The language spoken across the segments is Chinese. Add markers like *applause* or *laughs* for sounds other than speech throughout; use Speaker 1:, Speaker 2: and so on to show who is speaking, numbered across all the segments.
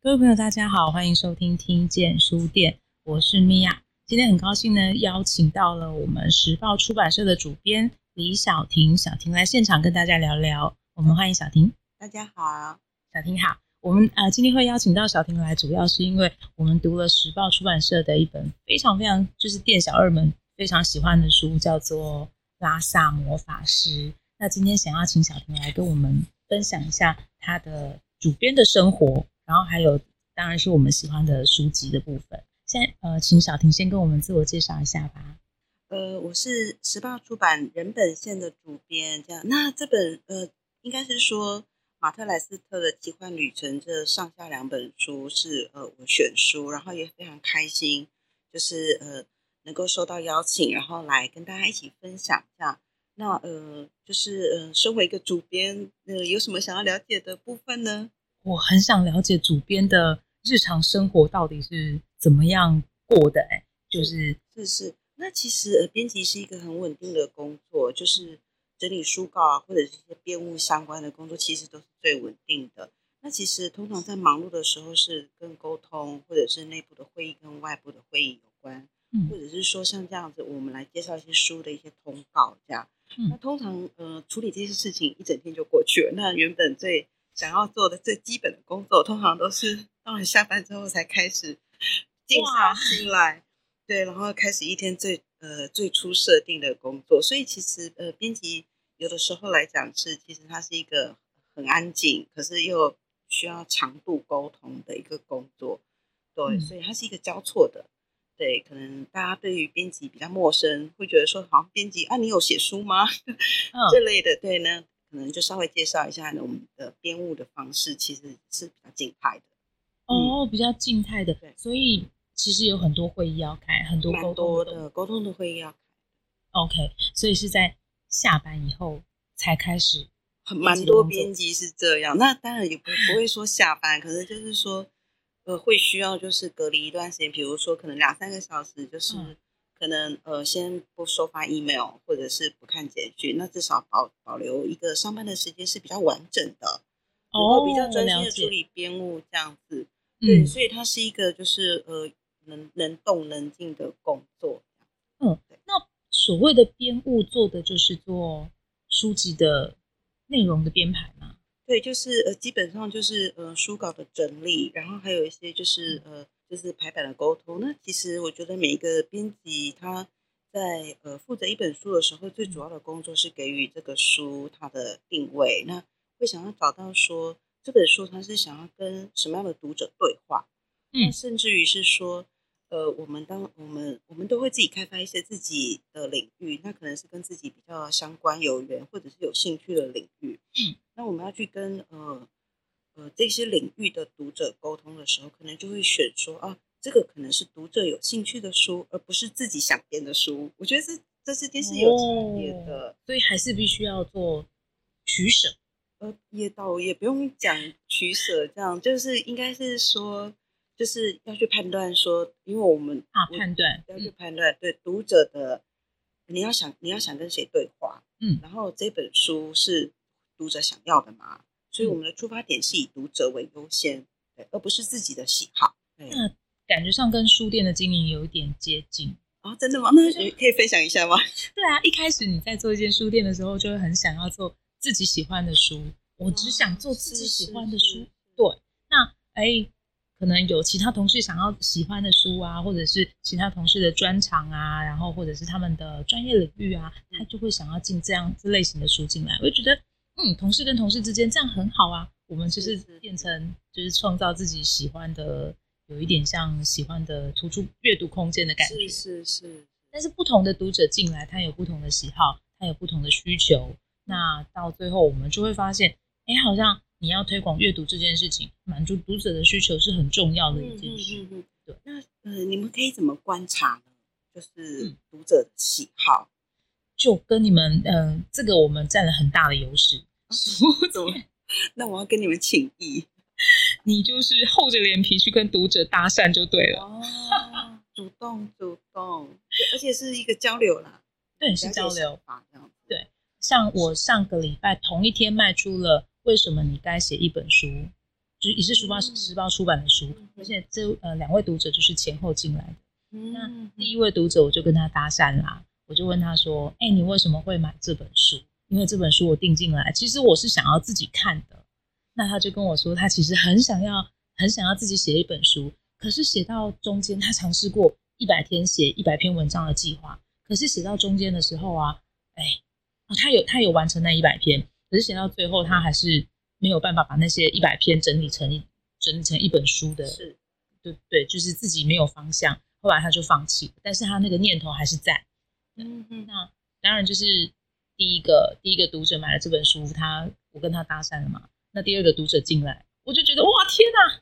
Speaker 1: 各位朋友，大家好，欢迎收听听见书店，我是米娅。今天很高兴呢，邀请到了我们时报出版社的主编李小婷，小婷来现场跟大家聊聊。我们欢迎小婷，
Speaker 2: 大家好，
Speaker 1: 小婷好。我们呃今天会邀请到小婷来，主要是因为我们读了时报出版社的一本非常非常就是店小二们非常喜欢的书，叫做《拉萨魔法师》。那今天想要请小婷来跟我们分享一下她的主编的生活，然后还有当然是我们喜欢的书籍的部分。先呃，请小婷先跟我们自我介绍一下吧。
Speaker 2: 呃，我是时报出版人本线的主编，这样。那这本呃，应该是说马特莱斯特的《奇幻旅程》这上下两本书是呃我选书，然后也非常开心，就是呃能够收到邀请，然后来跟大家一起分享这样。那呃，就是呃，身为一个主编，呃，有什么想要了解的部分呢？
Speaker 1: 我很想了解主编的日常生活到底是怎么样过的、哎，就是
Speaker 2: 是是，那其实呃，编辑是一个很稳定的工作，就是整理书稿啊，或者是一些编务相关的工作，其实都是最稳定的。那其实通常在忙碌的时候，是跟沟通或者是内部的会议跟外部的会议有关，
Speaker 1: 嗯
Speaker 2: 或者是说像这样子，我们来介绍一些书的一些通告这样。
Speaker 1: 嗯
Speaker 2: 那通常呃，处理这些事情一整天就过去了。那原本最想要做的最基本的工作，通常都是当然下班之后才开始静下
Speaker 1: 哇
Speaker 2: 心来，对，然后开始一天最呃最初设定的工作。所以其实呃，编辑有的时候来讲是，其实它是一个很安静，可是又需要强度沟通的一个工作。对，
Speaker 1: 嗯
Speaker 2: 所以它是一个交错的。对，可能大家对于编辑比较陌生，会觉得说，好像编辑啊，你有写书吗？ *laughs*
Speaker 1: 嗯
Speaker 2: 这类的，对呢，可能就稍微介绍一下我们的编务的方式，其实是比较静态的，
Speaker 1: 哦，比较静态的
Speaker 2: 嗯对，
Speaker 1: 所以其实有很多会议要开，很多沟
Speaker 2: 蛮
Speaker 1: 通活
Speaker 2: 多
Speaker 1: 动
Speaker 2: 的沟通的会议要开
Speaker 1: OK，所以是在下班以后才开始。
Speaker 2: 很
Speaker 1: 编辑
Speaker 2: 蛮
Speaker 1: 的
Speaker 2: 多
Speaker 1: 工作
Speaker 2: 编辑是这样，那当然也不不会说下班，可是就是说，呃，会需要就是隔离一段时间，比如说可能两三个小时，就是
Speaker 1: 嗯
Speaker 2: 可能呃先不收发 email 或者是不看简讯，那至少保保留一个上班的时间是比较完整的，能够比较专心
Speaker 1: 哦了
Speaker 2: 的处
Speaker 1: 解。
Speaker 2: 理编务这样子。对，
Speaker 1: 嗯
Speaker 2: 所以它是一个就是呃能能动能静的工作。
Speaker 1: 那所谓的编务做的就是做书籍的内容的编排嘛。
Speaker 2: 对，就是呃基本上就是呃书稿的整理，然后还有一些就是呃就是排版的沟通。那其实我觉得每一个编辑他在呃负责一本书的时候，最主要的工作是给予这个书它的定位，那会想要找到说这本书它是想要跟什么样的读者对话，
Speaker 1: 嗯
Speaker 2: 那甚至于是说。呃，我们当我们我们都会自己开发一些自己的领域，那可能是跟自己比较相关、有缘或者是有兴趣的领域。
Speaker 1: 嗯，
Speaker 2: 那我们要去跟呃呃这些领域的读者沟通的时候，可能就会选说啊，这个可能是读者有兴趣的书，而不是自己想编的书。我觉得这这之间是有差别的。
Speaker 1: 所以还是必须要做取舍。
Speaker 2: 呃，也倒也不用讲取舍，这样就是应该是说，就是要去判断说，因为我们
Speaker 1: 啊，
Speaker 2: 我
Speaker 1: 判断，
Speaker 2: 要去
Speaker 1: 嗯
Speaker 2: 判断对读者的，你要想你要想跟谁对话，
Speaker 1: 嗯
Speaker 2: 然后这本书是读者想要的嘛，所以
Speaker 1: 嗯
Speaker 2: 我们的出发点是以读者为优先，对，而不是自己的喜好。对，
Speaker 1: 嗯感觉上跟书店的经营有一点接近。
Speaker 2: 哦，真的吗？那你可以分享一下吗？
Speaker 1: 对啊，一开始你在做一间书店的时候，就会很想要做自己喜欢的书。我只想做自己喜欢的书。
Speaker 2: 哦是是
Speaker 1: 对，那哎，可能有其他同事想要喜欢的书啊，或者是其他同事的专长啊，然后或者是他们的专业领域啊，他就会想要进这样子类型的书进来。我就觉得，嗯，同事跟同事之间这样很好啊。我们就是
Speaker 2: 是是
Speaker 1: 变成就是创造自己喜欢的，有一点像喜欢的突出阅读空间的感觉。
Speaker 2: 是是是，
Speaker 1: 但是不同的读者进来，他有不同的喜好，他有不同的需求。那到最后，我们就会发现，哎，好像你要推广阅读这件事情，满足读者的需求是很重要的一件事。
Speaker 2: 嗯嗯嗯
Speaker 1: 对
Speaker 2: 嗯那呃，你们可以怎么观察呢？就是
Speaker 1: 嗯
Speaker 2: 读者的喜好，
Speaker 1: 就跟你们，嗯、这个我们占了很大的优势。
Speaker 2: 啊
Speaker 1: *laughs*
Speaker 2: 怎么？那我要跟你们请益
Speaker 1: 你就是厚着脸皮去跟读者搭讪就对了。
Speaker 2: 哦，主动主动，对而且是一个交流啦，
Speaker 1: 对，是交
Speaker 2: 了解
Speaker 1: 流
Speaker 2: 想。法这样子。
Speaker 1: 对像我上个礼拜同一天卖出了《为什么你该写一本书》就是也是时报
Speaker 2: 嗯
Speaker 1: 时报出版的书，而且这呃两位读者就是前后进来的。
Speaker 2: 嗯，
Speaker 1: 第一位读者我就跟他搭讪啦，我就问他说：“哎、你为什么会买这本书？因为这本书我订进来，其实我是想要自己看的。”那他就跟我说，他其实很想要，很想要自己写一本书，可是写到中间，他尝试过一百天写一百篇文章的计划，可是写到中间的时候啊，哎、哦他有他有完成那一百篇，可是写到最后，他还是没有办法把那些一百篇整理成一整理成一本书的
Speaker 2: 是
Speaker 1: 对对，就是自己没有方向，后来他就放弃了，但是他那个念头还是在。
Speaker 2: 嗯嗯
Speaker 1: 那当然就是第一个第一个读者买了这本书，他我跟他搭讪了嘛。那第二个读者进来，我就觉得哇天哪，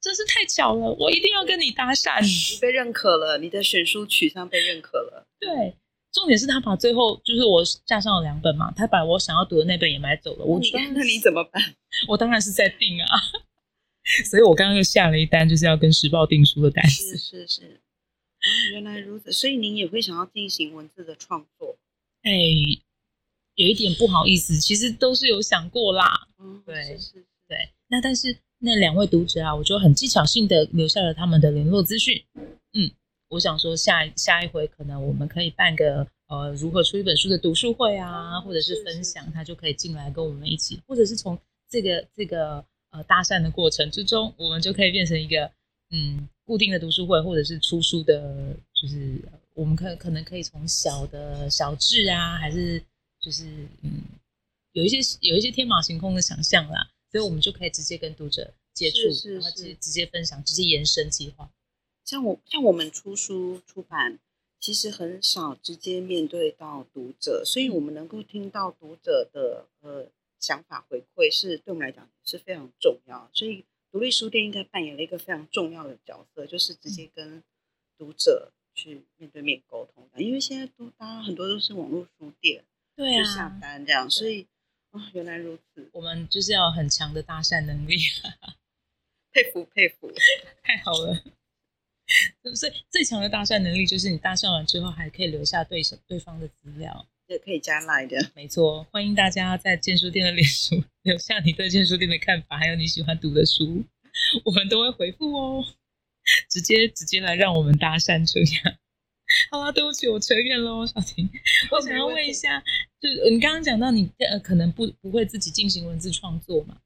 Speaker 1: 真是太巧了，我一定要跟你搭讪。 *laughs*
Speaker 2: 你被认可了，你的选书取向被认可了，
Speaker 1: 对，重点是他把最后就是我架上了两本嘛，他把我想要读的那本也买走了，我
Speaker 2: 你
Speaker 1: 当然
Speaker 2: *laughs* 那你怎么办？
Speaker 1: 我当然是在订啊。 *laughs* 所以我刚刚又下了一单，就是要跟时报订书的单
Speaker 2: 是是是，啊，原来如此，所以您也会想要进行文字的创作，
Speaker 1: 哎，有一点不好意思，其实都是有想过啦。
Speaker 2: 嗯，
Speaker 1: 对
Speaker 2: 是是是，
Speaker 1: 对，那但是那两位读者啊，我就很技巧性的留下了他们的联络资讯。嗯，我想说下一下一回可能我们可以办个呃如何出一本书的读书会啊，
Speaker 2: 哦
Speaker 1: 或者是
Speaker 2: 是
Speaker 1: 分
Speaker 2: 是
Speaker 1: 享，
Speaker 2: 是
Speaker 1: 他就可以进来跟我们一起，或者是从这个这个呃搭讪的过程之中，我们就可以变成一个嗯固定的读书会，或者是出书的，就是呃我们可可能可以从小的小志啊，还是就是嗯有一些有一些天马行空的想象啦，所以我们就可以直接跟读者接触，
Speaker 2: 是是
Speaker 1: 然后直
Speaker 2: 是
Speaker 1: 直接分享，直接延伸计划。
Speaker 2: 像我像我们出书出版，其实很少直接面对到读者，所以我们能够听到读者的呃想法回馈，是对我们来讲是非常重要。所以独立书店应该扮演了一个非常重要的角色，就是直接跟读者去面对面沟通的。因为现在都大家很多都是网络书店
Speaker 1: 对
Speaker 2: 去下单这样，所以啊、原来如此，
Speaker 1: 我们就是要很强的搭讪能力，
Speaker 2: 佩服佩服。 *laughs*
Speaker 1: 太好了。 *laughs* 所以最强的搭讪能力就是你搭讪完之后还可以留下对手对方的资料。
Speaker 2: 也可以加赖的，
Speaker 1: 没错，欢迎大家在建书店的脸书留下你对建书店的看法，还有你喜欢读的书，我们都会回复哦。直接直接来让我们搭讪这样。好啊啦，对不起，我扯远喽，小
Speaker 2: *laughs*
Speaker 1: 婷。我想要问一下，就是你刚刚讲到你呃可能不不会自己进行文字创作嘛？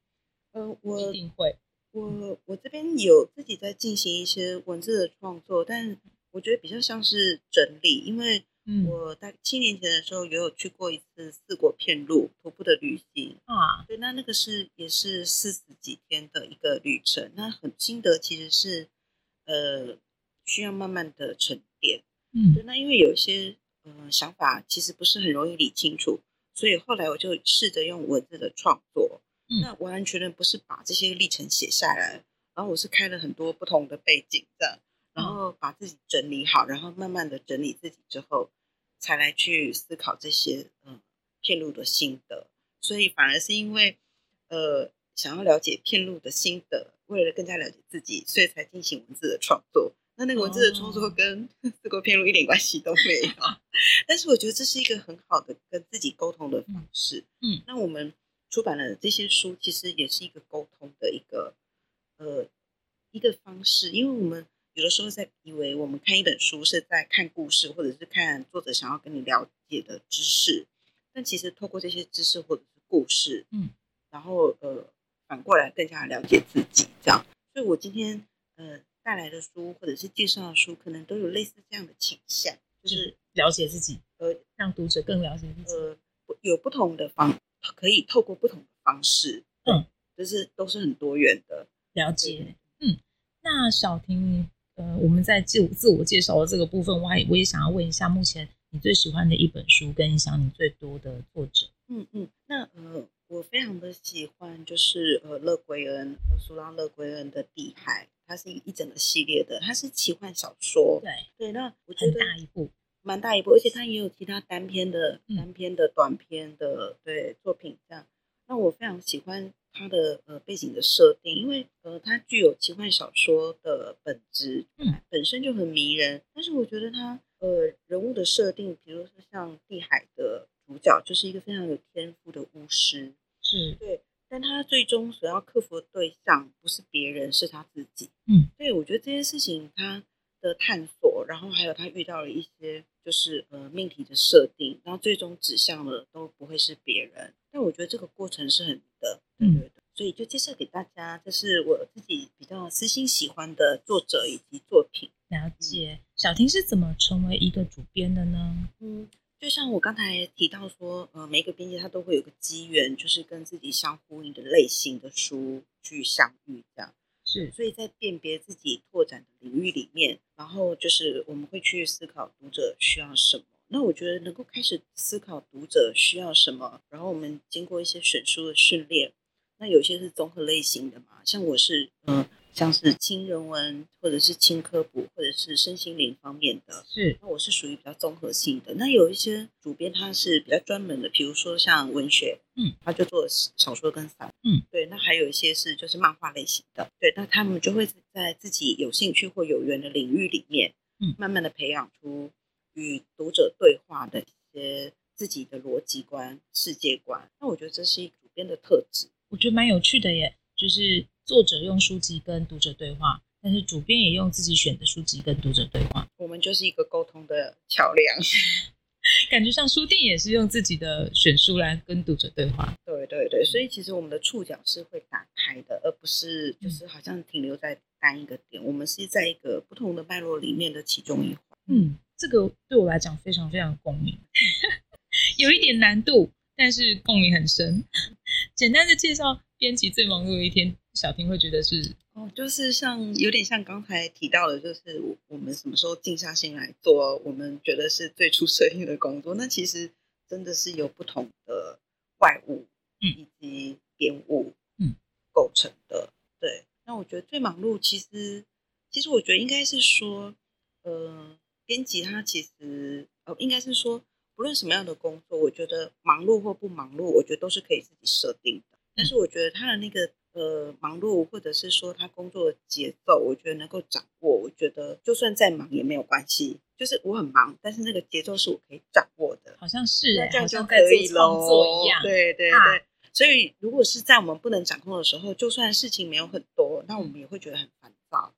Speaker 2: 呃，
Speaker 1: 不一
Speaker 2: 我
Speaker 1: 定会。
Speaker 2: 我我这边有自己在进行一些文字的创作，但我觉得比较像是整理，因为
Speaker 1: 嗯
Speaker 2: 我大概七年前的时候也有去过一次四国片路徒步的旅行，
Speaker 1: 啊，
Speaker 2: 对，那那个是也是四十几天的一个旅程，那很心得其实是呃需要慢慢的沉淀，
Speaker 1: 嗯
Speaker 2: 对，那因为有一些呃想法其实不是很容易理清楚，所以后来我就试着用文字的创作。
Speaker 1: 嗯
Speaker 2: 那完全的不是把这些历程写下来，然后我是开了很多不同的背景这样，
Speaker 1: 嗯
Speaker 2: 然后把自己整理好，然后慢慢的整理自己之后，才来去思考这些嗯片路的心得。所以反而是因为呃想要了解片路的心得，为了更加了解自己，所以才进行文字的创作。那那个文字的创作
Speaker 1: 哦
Speaker 2: 跟 *laughs* 四国片路一点关系都没有， *laughs* 但是我觉得这是一个很好的跟自己沟通的方式。
Speaker 1: 嗯嗯
Speaker 2: 那我们出版了这些书，其实也是一个沟通的一个呃一个方式，因为我们有的时候在以为我们看一本书是在看故事，或者是看作者想要跟你了解的知识，但其实透过这些知识或者是故事，
Speaker 1: 嗯，
Speaker 2: 然后呃反过来更加了解自己，这样。所以我今天呃带来的书或者是介绍的书，可能都有类似这样的倾向，就是
Speaker 1: 了解自己，
Speaker 2: 呃
Speaker 1: 让读者更了解自己。
Speaker 2: 呃不有不同的方，可以透过不同的方式，
Speaker 1: 嗯，
Speaker 2: 就是都是很多元的。
Speaker 1: 了解，嗯，那小婷，呃，我们在自自我介绍的这个部分，我还我也想要问一下，目前你最喜欢的一本书跟影响你最多的作者，
Speaker 2: 嗯嗯，那呃，我非常的喜欢就是呃勒圭恩，呃苏拉勒圭恩的《地海》，它是一一整个系列的，它是奇幻小说。
Speaker 1: 对，
Speaker 2: 对，那我觉
Speaker 1: 很
Speaker 2: 得
Speaker 1: 大一部，
Speaker 2: 蛮大一部，而且它也有其他单篇的、
Speaker 1: 嗯
Speaker 2: 单篇的、短篇的对作品这样。那我非常喜欢它的呃背景的设定，因为呃它具有奇幻小说的本质，
Speaker 1: 嗯
Speaker 2: 本身就很迷人。但是我觉得它呃人物的设定，比如说像地海的主角就是一个非常有天赋的巫师，
Speaker 1: 是
Speaker 2: 对，但他最终所要克服的对象不是别人，是他自己。
Speaker 1: 嗯，
Speaker 2: 对，我觉得这件事情他的探索，然后还有他遇到了一些就是呃命题的设定，然后最终指向的都不会是别人。但我觉得这个过程是很值得，对
Speaker 1: 嗯
Speaker 2: 对对。所以就介绍给大家，这是我自己比较私心喜欢的作者以及作品。
Speaker 1: 了解。小婷是怎么成为一个主编的呢？
Speaker 2: 嗯，就像我刚才提到说，呃，每一个编辑他都会有个机缘，就是跟自己相呼应的类型的书去相遇，这样。
Speaker 1: 是
Speaker 2: 所以在辨别自己拓展的领域里面，然后就是我们会去思考读者需要什么。那我觉得能够开始思考读者需要什么，然后我们经过一些选书的训练，那有些是综合类型的嘛，像我是呃，像是轻人文或者是轻科普或者是身心灵方面的，
Speaker 1: 是，
Speaker 2: 那我是属于比较综合性的。那有一些主编他是比较专门的，比如说像文学，
Speaker 1: 嗯，
Speaker 2: 他就做小说跟散，
Speaker 1: 嗯，
Speaker 2: 对。那还有一些是就是漫画类型的，对。那他们就会在自己有兴趣或有缘的领域里面，
Speaker 1: 嗯
Speaker 2: 慢慢的培养出与读者对话的一些自己的逻辑观、世界观。那我觉得这是一个主编的特质。
Speaker 1: 我觉得蛮有趣的耶。就是作者用书籍跟读者对话，但是主编也用自己选的书籍跟读者对话。
Speaker 2: 我们就是一个沟通的桥梁，
Speaker 1: 感觉上书店也是用自己的选书来跟读者对话。
Speaker 2: 对对对，所以其实我们的触角是会打开的，而不是就是好像停留在单一个点。我们是在一个不同的脉络里面的其中一环。
Speaker 1: 嗯，这个对我来讲非常非常有共鸣， *laughs* 有一点难度，但是共鸣很深。简单的介绍编辑最忙碌的一天，小婷会觉得是
Speaker 2: 哦，就是像有点像刚才提到的，就是我我们什么时候静下心来做我们觉得是最初设定的工作，那其实真的是由不同的外物，
Speaker 1: 嗯
Speaker 2: 以及编务，
Speaker 1: 嗯，
Speaker 2: 构成的。对，那我觉得最忙碌，其实其实我觉得应该是说，呃，编辑他其实呃，应该是说，不论什么样的工作，我觉得忙碌或不忙碌，我觉得都是可以自己设定的。但是我觉得他的那个呃忙碌，或者是说他工作的节奏，我觉得能够掌握。我觉得就算再忙也没有关系，就是我很忙，但是那个节奏是我可以掌握的。
Speaker 1: 好像是
Speaker 2: 那
Speaker 1: 耶，
Speaker 2: 这样
Speaker 1: 好
Speaker 2: 就
Speaker 1: 像
Speaker 2: 可
Speaker 1: 在做
Speaker 2: 以
Speaker 1: 创作
Speaker 2: 喽
Speaker 1: 一。样。
Speaker 2: 对对对。
Speaker 1: 啊
Speaker 2: 所以，如果是在我们不能掌控的时候，就算事情没有很多，那我们也会觉得很烦躁。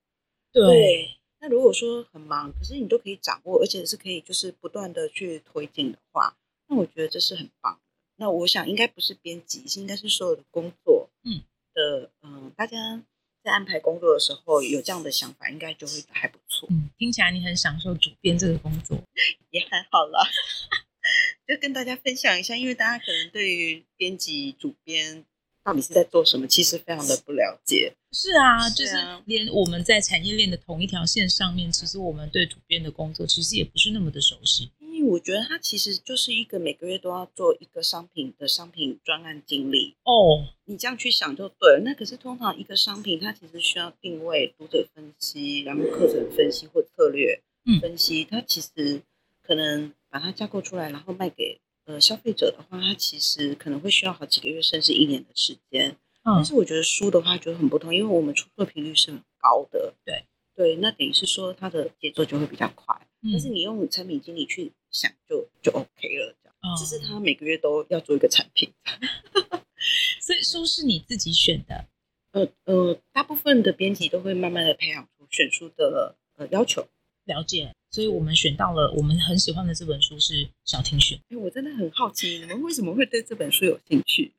Speaker 1: 对，
Speaker 2: 那如果说很忙，可是你都可以掌握，而且是可以就是不断的去推进的话，那我觉得这是很棒的。那我想应该不是编辑，是应该是所有的工作，
Speaker 1: 嗯
Speaker 2: 的，嗯、大家在安排工作的时候有这样的想法，应该就会还不错，
Speaker 1: 嗯，听起来你很享受主编这个工作。
Speaker 2: 也还好啦。 *laughs* 就跟大家分享一下，因为大家可能对于编辑、主编到底是在做什么，其实非常的不了解。
Speaker 1: 是啊，
Speaker 2: 是
Speaker 1: 就是
Speaker 2: 啊
Speaker 1: 连我们在产业链的同一条线上面，其实我们对主编的工作其实也不是那么的熟悉。
Speaker 2: 因为我觉得它其实就是一个每个月都要做一个商品的商品专案经理，
Speaker 1: 哦，
Speaker 2: 你这样去想就对了。那可是通常一个商品，它其实需要定位、读者分析，然后课程分析或策略
Speaker 1: 嗯
Speaker 2: 分析，它其实可能把它架构出来，然后卖给呃消费者的话，它其实可能会需要好几个月甚至一年的时间。
Speaker 1: 嗯
Speaker 2: 但是我觉得书的话就很不同，因为我们出错频率是很高的。
Speaker 1: 对
Speaker 2: 对，那等于是说它的节奏就会比较快，但是
Speaker 1: 嗯，
Speaker 2: 你用产品经理去想就就 OK 了，这样。
Speaker 1: 哦
Speaker 2: 只是他每个月都要做一个产品。
Speaker 1: 所以书是你自己选的。
Speaker 2: 呃呃，大部分的编辑都会慢慢的培养出选书的呃要求。
Speaker 1: 了解，所以我们选到了我们很喜欢的这本书是小婷选。
Speaker 2: 哎，我真的很好奇，你们为什么会对这本书有兴
Speaker 1: *laughs*
Speaker 2: 趣？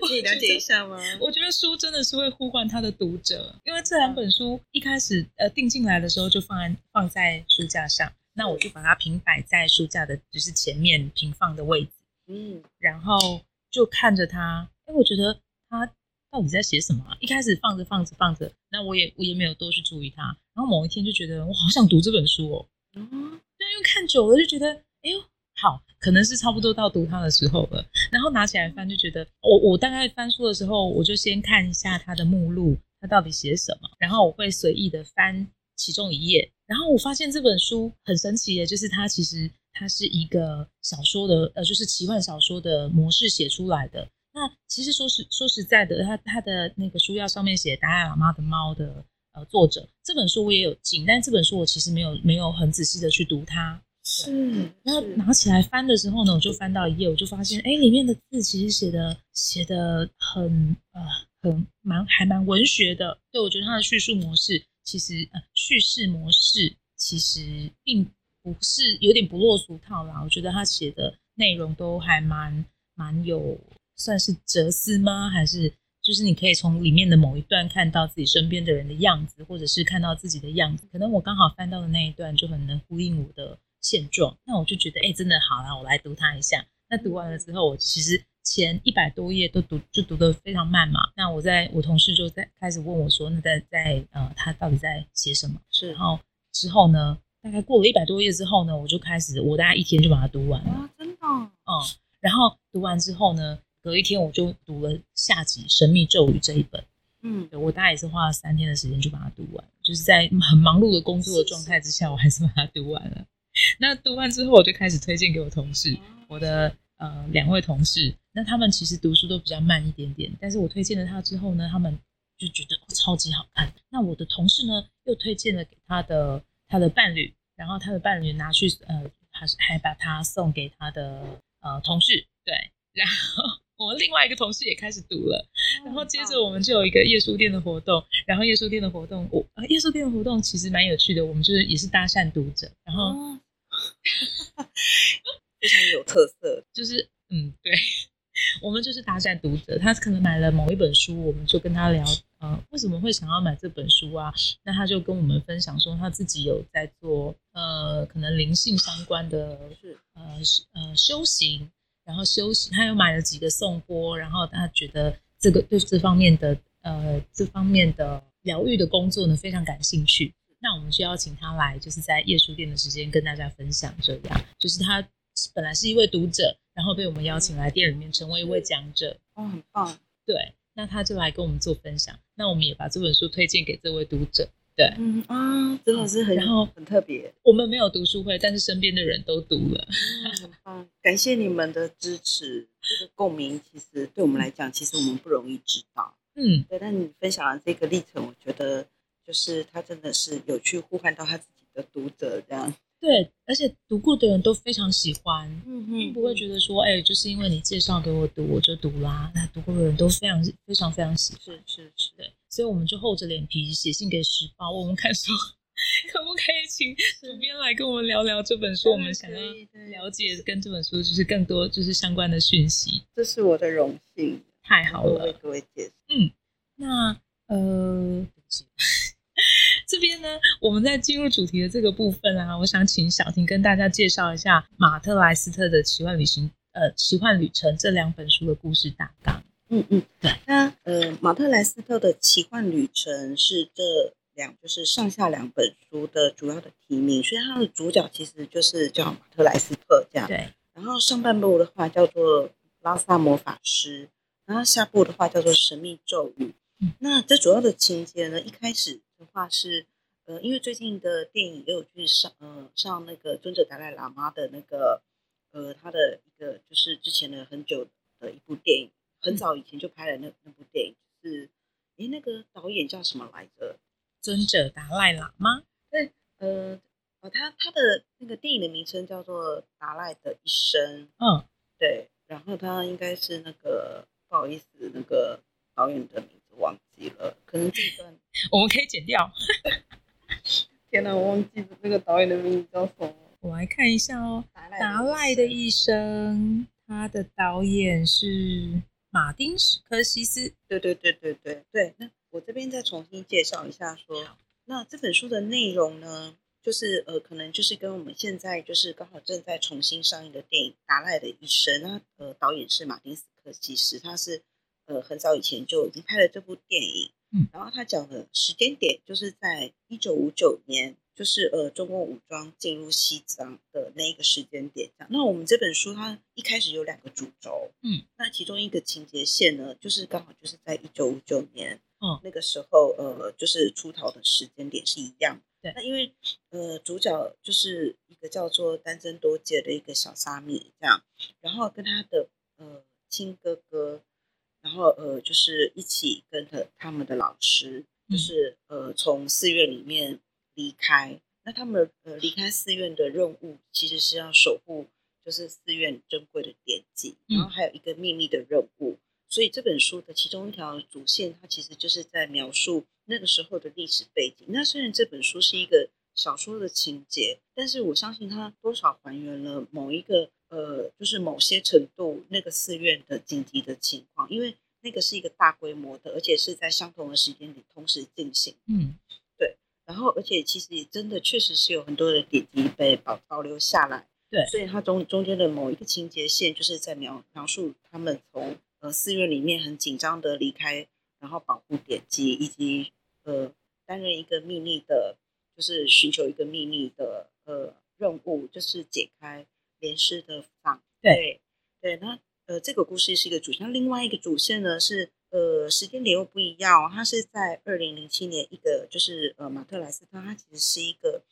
Speaker 1: 我
Speaker 2: 可以了
Speaker 1: 觉得
Speaker 2: 解一下吗？
Speaker 1: 我觉得书真的是会呼唤他的读者，因为这两本书一开始呃定进来的时候就放在放在书架上，那我就把它平摆在书架的就是前面平放的位置，
Speaker 2: 嗯，
Speaker 1: 然后就看着他，哎，我觉得他到底在写什么、啊？一开始放着放着放着，那我也我也没有多去注意他，然后某一天就觉得我好想读这本书哦，
Speaker 2: 哦，
Speaker 1: 对，因为看久了就觉得，哎呦，好，可能是差不多到读它的时候了。然后拿起来翻，就觉得我我大概翻书的时候，我就先看一下它的目录，它到底写什么，然后我会随意的翻其中一页。然后我发现这本书很神奇耶，就是它其实它是一个小说的，呃，就是奇幻小说的模式写出来的。那其实说实说实在的，它它的那个书要上面写达赖喇嘛的猫的呃作者这本书我也有进，但这本书我其实没有没有很仔细的去读它，是，然后
Speaker 2: 是
Speaker 1: 拿起来翻的时候呢，我就翻到一页，我就发现，哎，里面的字其实写的写的很呃很蛮还蛮文学的。对，我觉得它的叙述模式其实呃叙事模式其实并不是有点不落俗套啦。我觉得他写的内容都还蛮蛮有算是哲思吗？还是就是你可以从里面的某一段看到自己身边的人的样子，或者是看到自己的样子。可能我刚好翻到的那一段就很能呼应我的现状，那我就觉得哎、真的好啦，我来读它一下。那读完了之后，我其实前一百多页都读就读得非常慢嘛。那我在我同事就在开始问我说，那在在呃，他到底在写什么？
Speaker 2: 是
Speaker 1: 然后之后呢，大概过了一百多页之后呢，我就开始，我大概一天就把它读完了。
Speaker 2: 哇，真的哦
Speaker 1: 嗯，然后读完之后呢，隔一天我就读了下集《神秘咒语》这一本。
Speaker 2: 嗯，
Speaker 1: 对我大概也是花了三天的时间就把它读完，就是在很忙碌的工作的状态之下，我还是把它读完了。那读完之后，我就开始推荐给我同事，我的呃两位同事，那他们其实读书都比较慢一点点，但是我推荐了他之后呢，他们就觉得、哦、超级好看。那我的同事呢，又推荐了给他的他的伴侣，然后他的伴侣拿去呃，还是还把他送给他的呃同事，对，然后我们另外一个同事也开始读了。然后接着我们就有一个夜书店的活动，然后夜书店的活动，我、呃、夜书店的活动其实蛮有趣的，我们就是也是搭讪读者，然后
Speaker 2: 哦
Speaker 1: 哦
Speaker 2: *laughs* 非常有特色，
Speaker 1: 就是嗯，对， *laughs* 我们就是搭讪读者，他可能买了某一本书，我们就跟他聊，呃，为什么会想要买这本书啊？那他就跟我们分享说他自己有在做呃，可能灵性相关的
Speaker 2: 是
Speaker 1: 呃 *laughs* 是呃修行，然后修行，他又买了几个颂钵，然后他觉得这个对这方面的呃这方面的疗愈的工作呢非常感兴趣。那我们就邀请他来，就是在夜书店的时间跟大家分享这样，就是他本来是一位读者，然后被我们邀请来店里面成为一位讲者，
Speaker 2: 哦，很棒，
Speaker 1: 对，那他就来跟我们做分享，那我们也把这本书推荐给这位读者，对，
Speaker 2: 嗯啊，真的是很
Speaker 1: 然后
Speaker 2: 很特别，
Speaker 1: 我们没有读书会，但是身边的人都读了，
Speaker 2: 嗯很棒，感谢你们的支持，这个共鸣其实对我们来讲，其实我们不容易知道。
Speaker 1: 嗯，
Speaker 2: 对，但你分享的这个历程，我觉得就是他真的是有去呼唤到他自己的读者，这样，
Speaker 1: 对，而且读过的人都非常喜欢，
Speaker 2: 嗯
Speaker 1: 并
Speaker 2: 嗯
Speaker 1: 不会觉得说，哎、就是因为你介绍给我读，我就读啦。那读过的人都非常非常非常喜欢，
Speaker 2: 是是是，
Speaker 1: 对，所以我们就厚着脸皮写信给时报，我们看说可不可以请主编来跟我们聊聊这本书，我们想要
Speaker 2: 当然可以对
Speaker 1: 了解跟这本书就是更多就是相关的讯息，
Speaker 2: 这是我的荣幸，
Speaker 1: 太好
Speaker 2: 为
Speaker 1: 了。
Speaker 2: 各位介绍。
Speaker 1: 那呃， *laughs* 对不起这边呢，我们在进入主题的这个部分啊，我想请小婷跟大家介绍一下马特莱斯特的《奇幻旅行》呃，《奇幻旅程》这两本书的故事大纲。
Speaker 2: 嗯嗯，
Speaker 1: 对。
Speaker 2: 那呃，马特莱斯特的《奇幻旅程》是这两就是上下两本书的主要的题名，所以它的主角其实就是叫马特莱斯特这样。
Speaker 1: 对，
Speaker 2: 然后上半部的话叫做拉萨魔法师，然后下部的话叫做神秘咒语。
Speaker 1: 嗯
Speaker 2: 那这主要的情节呢，一开始的话是，呃，因为最近的电影也有去上，呃，上那个尊者达赖喇嘛的那个，呃，他的一个就是之前的很久的一部电影，很早以前就拍了那那部电影，是，诶，那个导演叫什么来着？
Speaker 1: 尊者达赖喇嘛。
Speaker 2: 呃，哦，他他的那个电影的名称叫做《达赖的一生》。
Speaker 1: 嗯，
Speaker 2: 对，然后他应该是那个不好意思，那个导演的名字忘记了，可能这一段
Speaker 1: 我们可以剪掉。
Speaker 2: 天哪，我忘记那个导演的名字叫什么。
Speaker 1: 我来看一下哦，
Speaker 2: 达
Speaker 1: 《
Speaker 2: 赖
Speaker 1: 达赖的一生》，他的导演是马丁·史科西斯。
Speaker 2: 对对对对对对。那我这边再重新介绍一下说，那这本书的内容呢，就是呃，可能就是跟我们现在就是刚好正在重新上映的电影《达赖的一生》，那呃，导演是马丁·斯科西斯，他是呃很早以前就已经拍了这部电影，
Speaker 1: 嗯，
Speaker 2: 然后他讲的时间点就是在一九五九年。就是呃，中共武装进入西藏的那一个时间点，这样。那我们这本书它一开始有两个主轴，那其中一个情节线呢，就是刚好就是在一九五九年，
Speaker 1: 嗯
Speaker 2: 那个时候呃，就是出逃的时间点是一样。
Speaker 1: 对
Speaker 2: 那因为呃，主角就是一个叫做丹增多杰的一个小沙弥这样，然后跟他的呃亲哥哥，然后呃，就是一起跟着他们的老师，
Speaker 1: 嗯
Speaker 2: 就是呃，从寺院里面离开，那他们呃离开寺院的任务其实是要守护，就是寺院珍贵的典籍，
Speaker 1: 嗯
Speaker 2: 然后还有一个秘密的任务。所以这本书的其中一条主线，它其实就是在描述那个时候的历史背景。那虽然这本书是一个小说的情节，但是我相信它多少还原了某一个呃，就是某些程度那个寺院的紧急的情况，因为那个是一个大规模的，而且是在相同的时间里同时进行。
Speaker 1: 嗯
Speaker 2: 然后，而且其实也真的确实是有很多的点滴被保保留下来。
Speaker 1: 对
Speaker 2: 所以它中中间的某一个情节线，就是在描描述他们从呃寺院里面很紧张的离开，然后保护典籍，以及呃担任一个秘密的，就是寻求一个秘密的呃任务，就是解开莲师的访。
Speaker 1: 对
Speaker 2: 对，对那呃这个故事是一个主线，那另外一个主线呢是呃时间点又不一样、哦，它是在二零零七年一个就是呃马特莱斯特，他其实是一个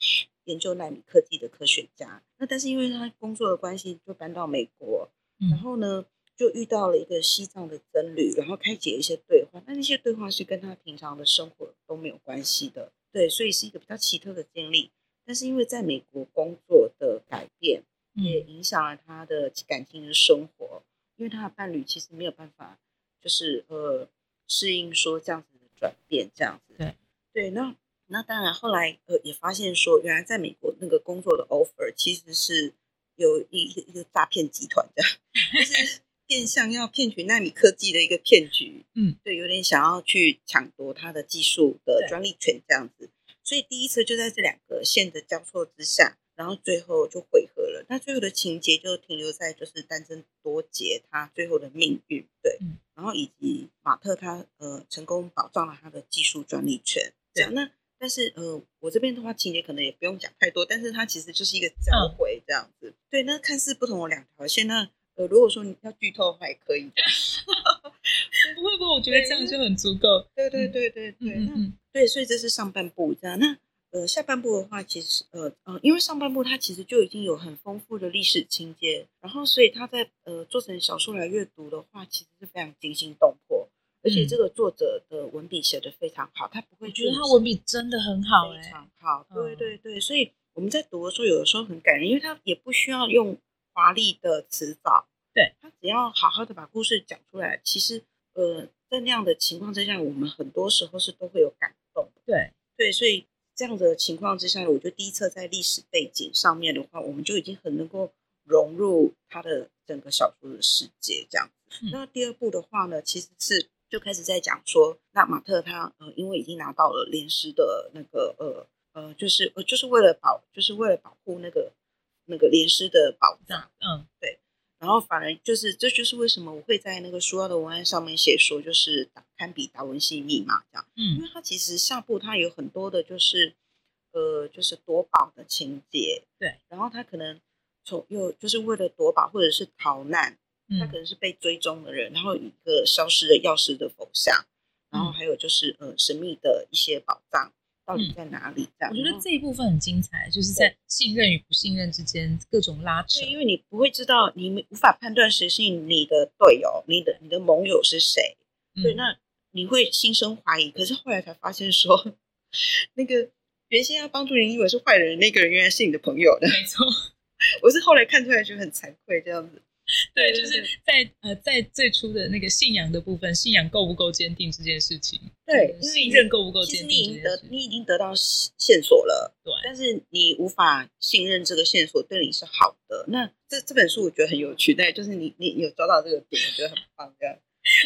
Speaker 2: 研究纳米科技的科学家，那但是因为他工作的关系就搬到美国，然
Speaker 1: 嗯
Speaker 2: 后呢，就遇到了一个西藏的僧侣，然后开启了一些对话。那那些对话是跟他平常的生活都没有关系的，对，所以是一个比较奇特的经历。但是因为在美国工作的改变，也
Speaker 1: 嗯
Speaker 2: 影响了他的感情的生活，因为他的伴侣其实没有办法，就是呃适应说这样子的转变，这样子。
Speaker 1: 对
Speaker 2: 对，那那当然后来呃也发现说，原来在美国那个工作的 offer 其实是有一一个一个诈骗集团这样， *laughs* 就是变相要骗取纳米科技的一个骗局。
Speaker 1: 嗯，
Speaker 2: 对，有点想要去抢夺他的技术的
Speaker 1: 对
Speaker 2: 专利权这样子。所以第一次就在这两个线的交错之下，然后最后就汇合了。那最后的情节就停留在就是单身多杰他最后的命运，对，
Speaker 1: 嗯
Speaker 2: 然后以及马特他呃成功保障了他的技术专利权。这样，那但是呃，我这边的话情节可能也不用讲太多，但是它其实就是一个交
Speaker 1: 嗯
Speaker 2: 回这样子。对，那看似不同的两条线，那呃，如果说你要剧透的话也可以这样。
Speaker 1: 不会不会，我觉得这样就很足够。
Speaker 2: 对对对对对，
Speaker 1: 嗯
Speaker 2: 那
Speaker 1: 嗯
Speaker 2: 对，所以这是上半部这样。那呃，下半部的话，其实呃呃，因为上半部它其实就已经有很丰富的历史情节，然后所以它在呃做成小说来阅读的话，其实是非常惊心动魄，而且
Speaker 1: 嗯
Speaker 2: 这个作者的文笔写的非常好，他不
Speaker 1: 我
Speaker 2: 会
Speaker 1: 觉得
Speaker 2: 去
Speaker 1: 他文笔真的很好
Speaker 2: 非
Speaker 1: 哎，
Speaker 2: 常好，对
Speaker 1: 嗯
Speaker 2: 对对，所以我们在读的时候，有的时候很感人，因为他也不需要用华丽的词藻，
Speaker 1: 对
Speaker 2: 他只要好好的把故事讲出来，其实呃，在那样的情况之下，我们很多时候是都会有感动的，
Speaker 1: 对，
Speaker 2: 对，所以这样的情况之下，我觉得第一册在历史背景上面的话，我们就已经很能够融入他的整个小说的世界这样子。
Speaker 1: 嗯
Speaker 2: 那第二部的话呢，其实是就开始在讲说，那马特他呃，因为已经拿到了连诗的那个呃呃，就是呃，就是为了保，就是为了保护那个那个连诗的宝
Speaker 1: 这
Speaker 2: 藏，
Speaker 1: 样嗯
Speaker 2: 然后反而就是，这就是为什么我会在那个书腰的文案上面写说，就是打堪比达文西密码这样。因
Speaker 1: 嗯
Speaker 2: 为它其实下部它有很多的，就是呃，就是夺宝的情节，
Speaker 1: 对，
Speaker 2: 然后他可能从又就是为了夺宝或者是逃难，他
Speaker 1: 嗯
Speaker 2: 可能是被追踪的人，然后有一个消失的钥匙的佛像，然
Speaker 1: 嗯
Speaker 2: 后还有就是呃神秘的一些宝藏到底
Speaker 1: 嗯
Speaker 2: 在哪里？这样，
Speaker 1: 我觉
Speaker 2: 然
Speaker 1: 得
Speaker 2: 后
Speaker 1: 这一部分很精彩，就是在信任与不信任之间各种拉扯
Speaker 2: 对，。因为你不会知道，你没无法判断谁是你的队友，你的你的盟友是谁，对，
Speaker 1: 嗯
Speaker 2: 那你会心生怀疑，可是后来才发现说， *laughs* 那个原先要帮助你以为是坏人的那个人，原来是你的朋友的。 *laughs*
Speaker 1: 没错，
Speaker 2: 我是后来看出来觉得很惭愧，这样子。
Speaker 1: 对，
Speaker 2: 对
Speaker 1: 就是在呃，在最初的那个信仰的部分，信仰够不够坚定这件事情，
Speaker 2: 对
Speaker 1: 嗯，
Speaker 2: 因为
Speaker 1: 信
Speaker 2: 你
Speaker 1: 任够不够
Speaker 2: 其实
Speaker 1: 坚
Speaker 2: 你已
Speaker 1: 定这
Speaker 2: 经
Speaker 1: 件
Speaker 2: 得
Speaker 1: 事，
Speaker 2: 你已经得到线索了，
Speaker 1: 对
Speaker 2: 但是你无法信任这个线索对你是好的。那这这本书我觉得很有趣，但就是你你你有抓到这个点，我觉得很棒，这样。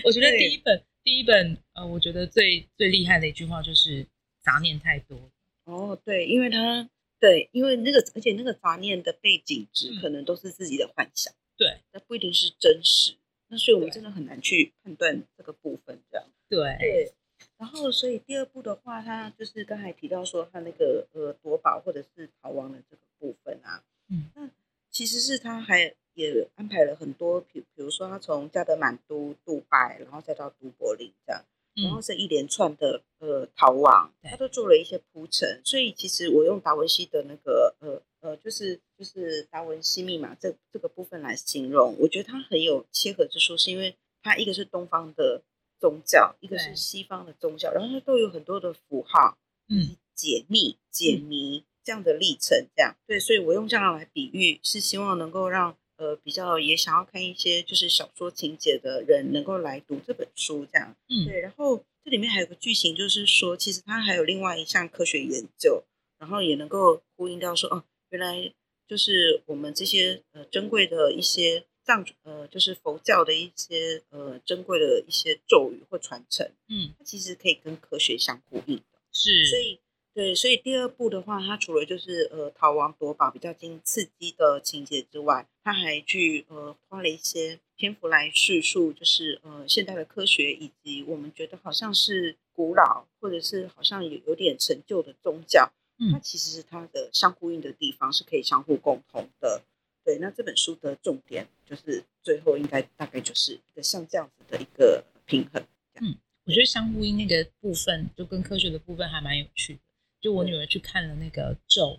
Speaker 1: 我觉得
Speaker 2: 对
Speaker 1: 第一本第一本呃，我觉得最最厉害的一句话就是杂念太多。
Speaker 2: 哦，对，因为他对，因为那个而且那个杂念的背景值
Speaker 1: 嗯
Speaker 2: 可能都是自己的幻想。
Speaker 1: 对
Speaker 2: 那不一定是真实。那所以我们
Speaker 1: 对
Speaker 2: 真的很难去判断这个部分，这样。
Speaker 1: 对，
Speaker 2: 对。然后，所以第二步的话，它就是刚才提到说，它那个呃夺宝或者是逃亡的这个部分啊，
Speaker 1: 嗯，
Speaker 2: 那其实是他还也安排了很多，比比如说他从加德满都、杜拜，然后再到都柏林这样，然后
Speaker 1: 嗯
Speaker 2: 这一连串的呃逃亡，
Speaker 1: 对
Speaker 2: 他都做了一些铺陈，所以其实我用达文西的那个呃呃，就是就是达文西密码这这个部分来形容，我觉得它很有切合之处，是因为它一个是东方的宗教，一个
Speaker 1: 对
Speaker 2: 是西方的宗教，然后它都有很多的符号，
Speaker 1: 嗯，
Speaker 2: 解密、解谜、这样的历程，这样对，所以我用这样来比喻，是希望能够让呃比较也想要看一些就是小说情节的人能够来读这本书，这样
Speaker 1: 嗯
Speaker 2: 对。然后这里面还有个剧情，就是说其实它还有另外一项科学研究，然后也能够呼应到说哦，原来就是我们这些呃珍贵的一些藏传呃就是佛教的一些呃珍贵的一些咒语或传承，
Speaker 1: 嗯，
Speaker 2: 它其实可以跟科学相呼应。所
Speaker 1: 是，
Speaker 2: 以对，所以第二部的话，它除了就是呃逃亡夺宝比较经刺激的情节之外，它还去呃花了一些篇幅来叙述，就是呃现代的科学以及我们觉得好像是古老或者是好像有有点陈旧的宗教，
Speaker 1: 嗯
Speaker 2: 它其实是它的相呼应的地方是可以相互共同的。对，那这本书的重点就是最后应该大概就是一个像这样子的一个平衡。 *laughs*
Speaker 1: 我觉得相互音那个部分就跟科学的部分还蛮有趣的。就我女儿去看了那个咒，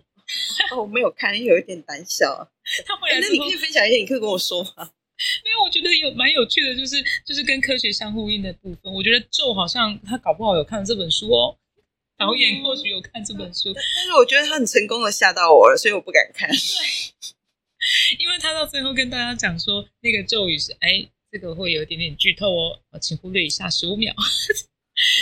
Speaker 2: 哦，我没有看，因为有一点胆小啊。
Speaker 1: 她回
Speaker 2: 哎、
Speaker 1: 来
Speaker 2: 那
Speaker 1: 之
Speaker 2: 你
Speaker 1: 后
Speaker 2: 可以分享一下，你可以跟我 *laughs* 说吗？
Speaker 1: 没有，我觉得有蛮有趣的，就是就是跟科学相呼应的部分。我觉得咒好像他搞不好有看这本书哦，导演或许有看这本书，
Speaker 2: 但是我觉得他很成功的吓到我了，所以我不敢看。
Speaker 1: 因为他到最后跟大家讲说那个咒语是哎，这个会有一点点剧透哦，呃请忽略以下十五秒。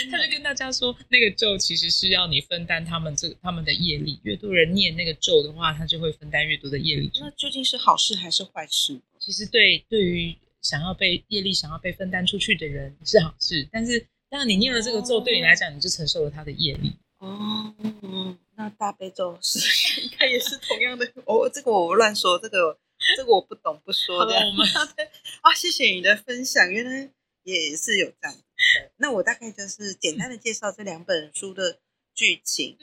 Speaker 1: 他就跟大家说，那个咒其实是要你分担他们这他们的业力，越多人念那个咒的话，他就会分担越多的业力。
Speaker 2: *laughs* 那究竟是好事还是坏事？
Speaker 1: 其实对对于想要被业力想要被分担出去的人是好事，但是当然你念了这个咒，
Speaker 2: 哦
Speaker 1: 对你来讲你就承受了他的业力。
Speaker 2: 哦，那大悲咒是 *laughs* 应该也是同样的。 *laughs* 哦，这个我乱说，这个这个我不懂不说
Speaker 1: 好
Speaker 2: 的
Speaker 1: 了，。我们
Speaker 2: *laughs* 啊，谢谢你的分享，原来也是有这样。那我大概就是简单的介绍这两本书的剧情。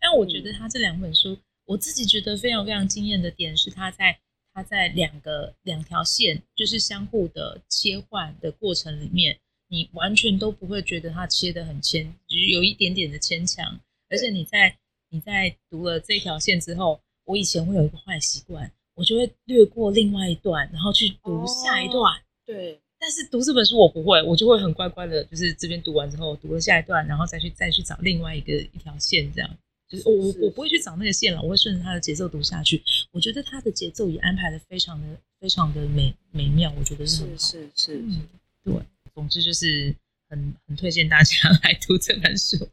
Speaker 1: 但我觉得他这两本书，我自己觉得非常非常惊艳的点是，他在他在两个两条线就是相互的切换的过程里面，你完全都不会觉得他切的很牵，就是有一点点的牵强。而且你在你在读了这条线之后，我以前会有一个坏习惯，我就会略过另外一段，然后去读下一段。
Speaker 2: 对，
Speaker 1: 但是读这本书我不会，我就会很乖乖的，就是这边读完之后，读了下一段，然后再去再去找另外一个一条线，这样就是我我
Speaker 2: 是
Speaker 1: 我不会去找那个线了，我会顺着它的节奏读下去。我觉得它的节奏也安排的非常的非常的美美妙，我觉得是很好
Speaker 2: 是。是是。
Speaker 1: 嗯，对，总之就是很很推荐大家 *laughs* 来读这本书。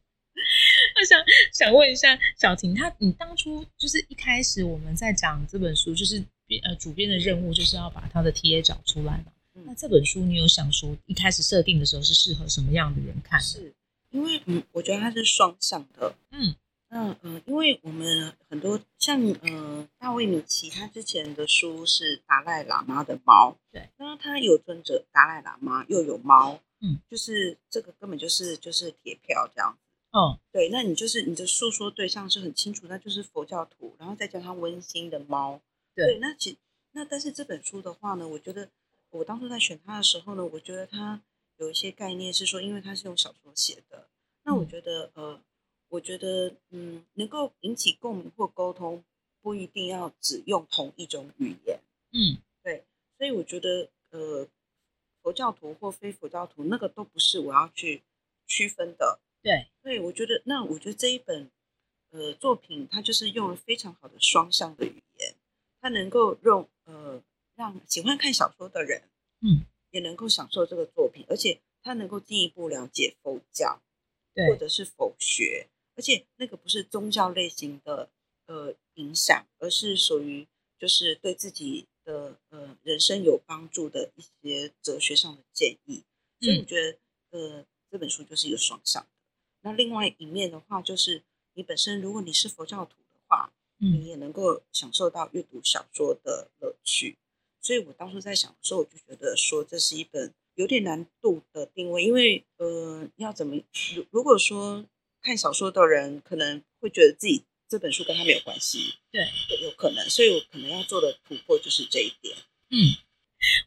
Speaker 1: 我想想问一下小婷，她你当初就是一开始我们在讲这本书，就是编呃主编的任务就是要把他的 TA 找出来嘛。
Speaker 2: 嗯
Speaker 1: 那这本书你有想说一开始设定的时候是适合什么样的人看的？
Speaker 2: 是因为嗯，我觉得它是双向的。
Speaker 1: 嗯，
Speaker 2: 那呃，因为我们很多像呃大卫米奇，他之前的书是达赖喇嘛的猫，
Speaker 1: 对，
Speaker 2: 那他有尊者达赖喇嘛，又有猫，
Speaker 1: 嗯，
Speaker 2: 就是这个根本就是就是铁票这样。
Speaker 1: 哦，
Speaker 2: 对，那你就是你的诉说对象是很清楚，那就是佛教徒，然后再加上温馨的猫。
Speaker 1: 对
Speaker 2: 那其那但是这本书的话呢，我觉得我当初在选它的时候呢，我觉得它有一些概念是说，因为它是用小说写的，那我
Speaker 1: 嗯
Speaker 2: 觉得、呃，我觉得嗯，能够引起共鸣或沟通，不一定要只用同一种语言。
Speaker 1: 嗯，
Speaker 2: 所以我觉得，呃，佛教徒或非佛教徒那个都不是我要去区分的。
Speaker 1: 对，
Speaker 2: 对我觉得，那我觉得这一本呃作品，它就是用了非常好的双向的语言，它能够用呃让喜欢看小说的人，
Speaker 1: 嗯，
Speaker 2: 也能够享受这个作品，而且它能够进一步了解佛教。或
Speaker 1: 对，
Speaker 2: 者是否学，而且那个不是宗教类型的呃影响，而是属于就是对自己的呃人生有帮助的一些哲学上的建议。所以我
Speaker 1: 嗯
Speaker 2: 觉得呃这本书就是一个双向的。那另外一面的话，就是你本身如果你是佛教徒的话，
Speaker 1: 嗯
Speaker 2: 你也能够享受到阅读小说的乐趣。所以我当初在想的时候，我就觉得说这是一本有点难度的定位，因为呃，要怎么如如果说看小说的人可能会觉得自己这本书跟他没有关系，
Speaker 1: 对，
Speaker 2: 有可能，所以我可能要做的突破就是这一点。
Speaker 1: 嗯，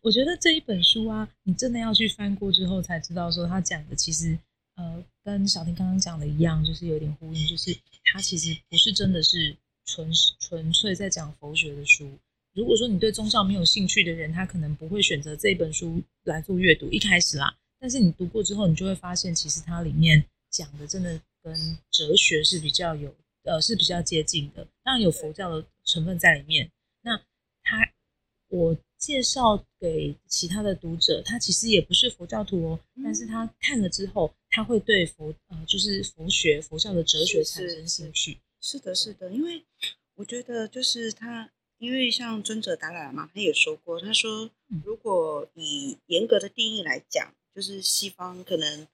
Speaker 1: 我觉得这一本书啊，你真的要去翻过之后才知道，说他讲的其实呃，跟小婷刚刚讲的一样，就是有点呼应，就是它其实不是真的是纯纯粹在讲佛学的书。如果说你对宗教没有兴趣的人，他可能不会选择这本书来做阅读，一开始啦。但是你读过之后，你就会发现，其实它里面讲的真的跟哲学是比较有呃是比较接近的。当然有佛教的成分在里面。那他我介绍给其他的读者，他其实也不是佛教徒哦，
Speaker 2: 嗯
Speaker 1: 但是他看了之后，他会对佛呃就是佛学佛教的哲学
Speaker 2: 是
Speaker 1: 产
Speaker 2: 是
Speaker 1: 生兴趣。
Speaker 2: 是的，是的，因为我觉得就是他，因为像尊者达赖喇嘛他也说过，他说
Speaker 1: 嗯
Speaker 2: 如果以严格的定义来讲，就是西方可能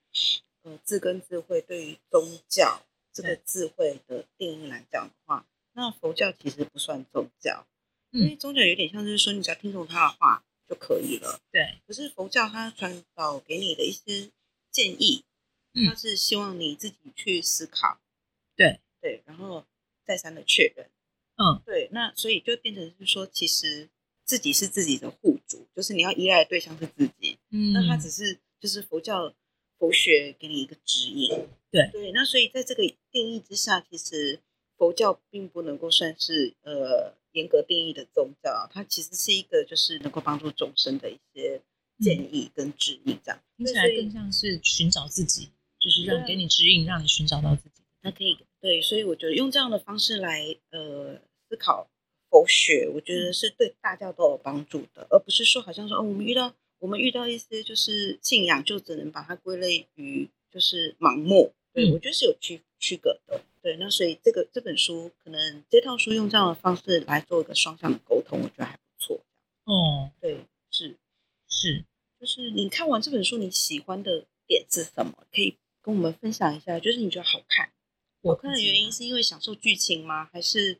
Speaker 2: 呃自根自慧对于宗教这个
Speaker 1: 对
Speaker 2: 智慧的定义来讲的话，那佛教其实不算宗教，
Speaker 1: 嗯
Speaker 2: 因为宗教有点像是说你只要听从他的话就可以了。
Speaker 1: 对，
Speaker 2: 可是佛教它传导给你的一些建议，
Speaker 1: 嗯
Speaker 2: 它是希望你自己去思考，
Speaker 1: 对
Speaker 2: 对，然后再三的确认，
Speaker 1: 嗯，
Speaker 2: 对，那所以就变成是说，其实自己是自己的户主，就是你要依赖的对象是自己，
Speaker 1: 嗯，
Speaker 2: 那它只是就是佛教佛学给你一个指引，
Speaker 1: 对
Speaker 2: 对，那所以在这个定义之下，其实佛教并不能够算是呃严格定义的宗教，它其实是一个就是能够帮助众生的一些建
Speaker 1: 嗯
Speaker 2: 议跟指引这样，
Speaker 1: 听起来
Speaker 2: 对所以
Speaker 1: 更像是寻找自己，就是让
Speaker 2: 对
Speaker 1: 给你指引，让你寻找到自己。
Speaker 2: 它可以对，所以我觉得用这样的方式来呃思考佛学，我觉得是对大家都有帮助的，而不是说好像说哦，我们遇到我们遇到一些就是信仰，就只能把它归类于就是盲目。对，
Speaker 1: 嗯
Speaker 2: 我觉得是有区区隔的。对，那所以这个这本书可能这套书用这样的方式来做一个双向的沟通，我觉得还不错。
Speaker 1: 哦，
Speaker 2: 对，是
Speaker 1: 是，
Speaker 2: 就是你看完这本书，你喜欢的点是什么？可以跟我们分享一下，就是你觉得好看。
Speaker 1: 我啊
Speaker 2: 好看的原因是因为享受剧情吗？还是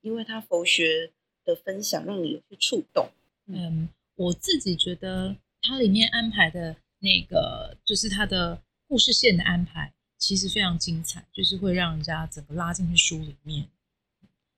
Speaker 2: 因为他佛学的分享让你有些触动？
Speaker 1: 嗯，我自己觉得它里面安排的那个，就是它的故事线的安排，其实非常精彩，就是会让人家整个拉进去书里面。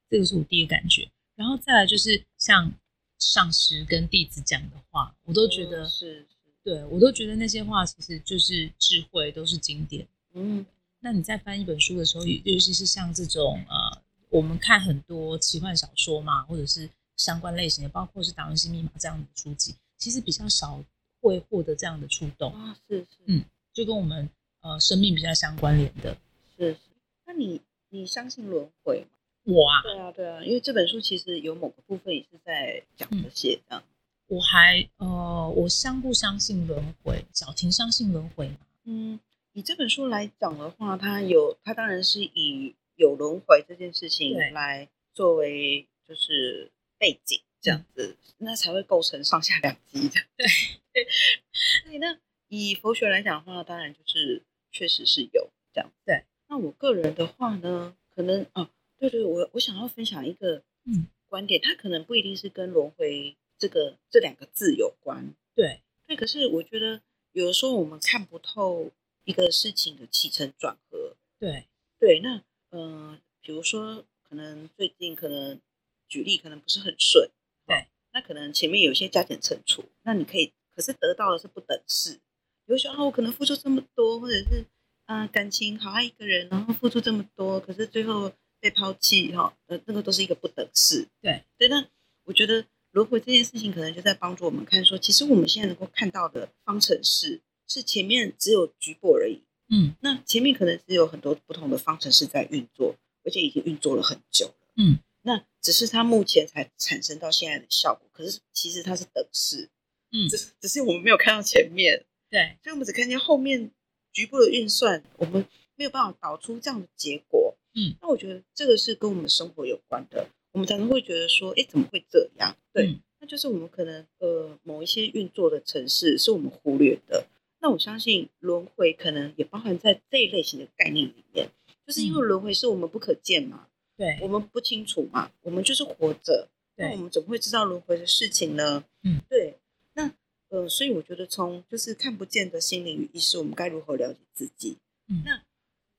Speaker 1: 这个是我第一个感觉。然后再来就是像上师跟弟子讲的话，我都觉得，
Speaker 2: 嗯是，
Speaker 1: 对我都觉得那些话其实就是智慧，都是经典。
Speaker 2: 嗯
Speaker 1: 那你在翻一本书的时候，尤其是像这种呃，我们看很多奇幻小说嘛，或者是相关类型的，包括是《达文西密码》这样的书籍，其实比较少会获得这样的触动，
Speaker 2: 啊，是是
Speaker 1: 嗯就跟我们呃生命比较相关联的。
Speaker 2: 是是。那你你相信轮回吗？
Speaker 1: 我啊，
Speaker 2: 对啊对啊，因为这本书其实有某个部分也是在讲这些这样。
Speaker 1: 我还呃，我相不相信轮回？小婷相信轮回吗？
Speaker 2: 嗯，以这本书来讲的话，它有它当然是以有轮回这件事情
Speaker 1: 对
Speaker 2: 来作为就是背景这样
Speaker 1: 嗯
Speaker 2: 子，那才会构成上下两集的。对对， *laughs* 所以那以佛学来讲的话，当然就是确实是有这样。
Speaker 1: 对，
Speaker 2: 那我个人的话呢，可能哦，对对，我我想要分享一个
Speaker 1: 嗯
Speaker 2: 观点，它可能不一定是跟轮回这个这两个字有关，
Speaker 1: 对，
Speaker 2: 对，可是我觉得有的时候我们看不透一个事情的起承转合。
Speaker 1: 对，
Speaker 2: 对，那呃，比如说可能最近可能举例可能不是很顺，
Speaker 1: 对
Speaker 2: 好，那可能前面有一些加减乘除，那你可以，可是得到的是不等式。有时候啊，我可能付出这么多，或者是啊、感情好爱一个人，然后付出这么多，可是最后被抛弃哈、呃，那个都是一个不等式。
Speaker 1: 对
Speaker 2: 对，那我觉得轮回这件事情，可能就在帮助我们看说，其实我们现在能够看到的方程式是前面只有局部而已，
Speaker 1: 嗯
Speaker 2: 那前面可能是有很多不同的方程式在运作，而且已经运作了很久了。
Speaker 1: 嗯，
Speaker 2: 那只是它目前才产生到现在的效果，可是其实它是等式，
Speaker 1: 嗯，
Speaker 2: 只只是我们没有看到前面，
Speaker 1: 对
Speaker 2: 所以我们只看见后面局部的运算，我们没有办法导出这样的结果。
Speaker 1: 嗯，
Speaker 2: 那我觉得这个是跟我们生活有关的，我们才能会觉得说，哎，怎么会这样？对，
Speaker 1: 嗯
Speaker 2: 那就是我们可能呃某一些运作的城市是我们忽略的。那我相信轮回可能也包含在这一类型的概念里面，就是因为
Speaker 1: 嗯
Speaker 2: 轮回是我们不可见嘛，我
Speaker 1: 对
Speaker 2: 们不清楚嘛，我们就是活着，那我
Speaker 1: 对，
Speaker 2: 们怎么会知道轮回的事情呢？
Speaker 1: 嗯，
Speaker 2: 对。那呃，所以我觉得从就是看不见的心灵与意识，我们该如何了解自己？
Speaker 1: 嗯
Speaker 2: 那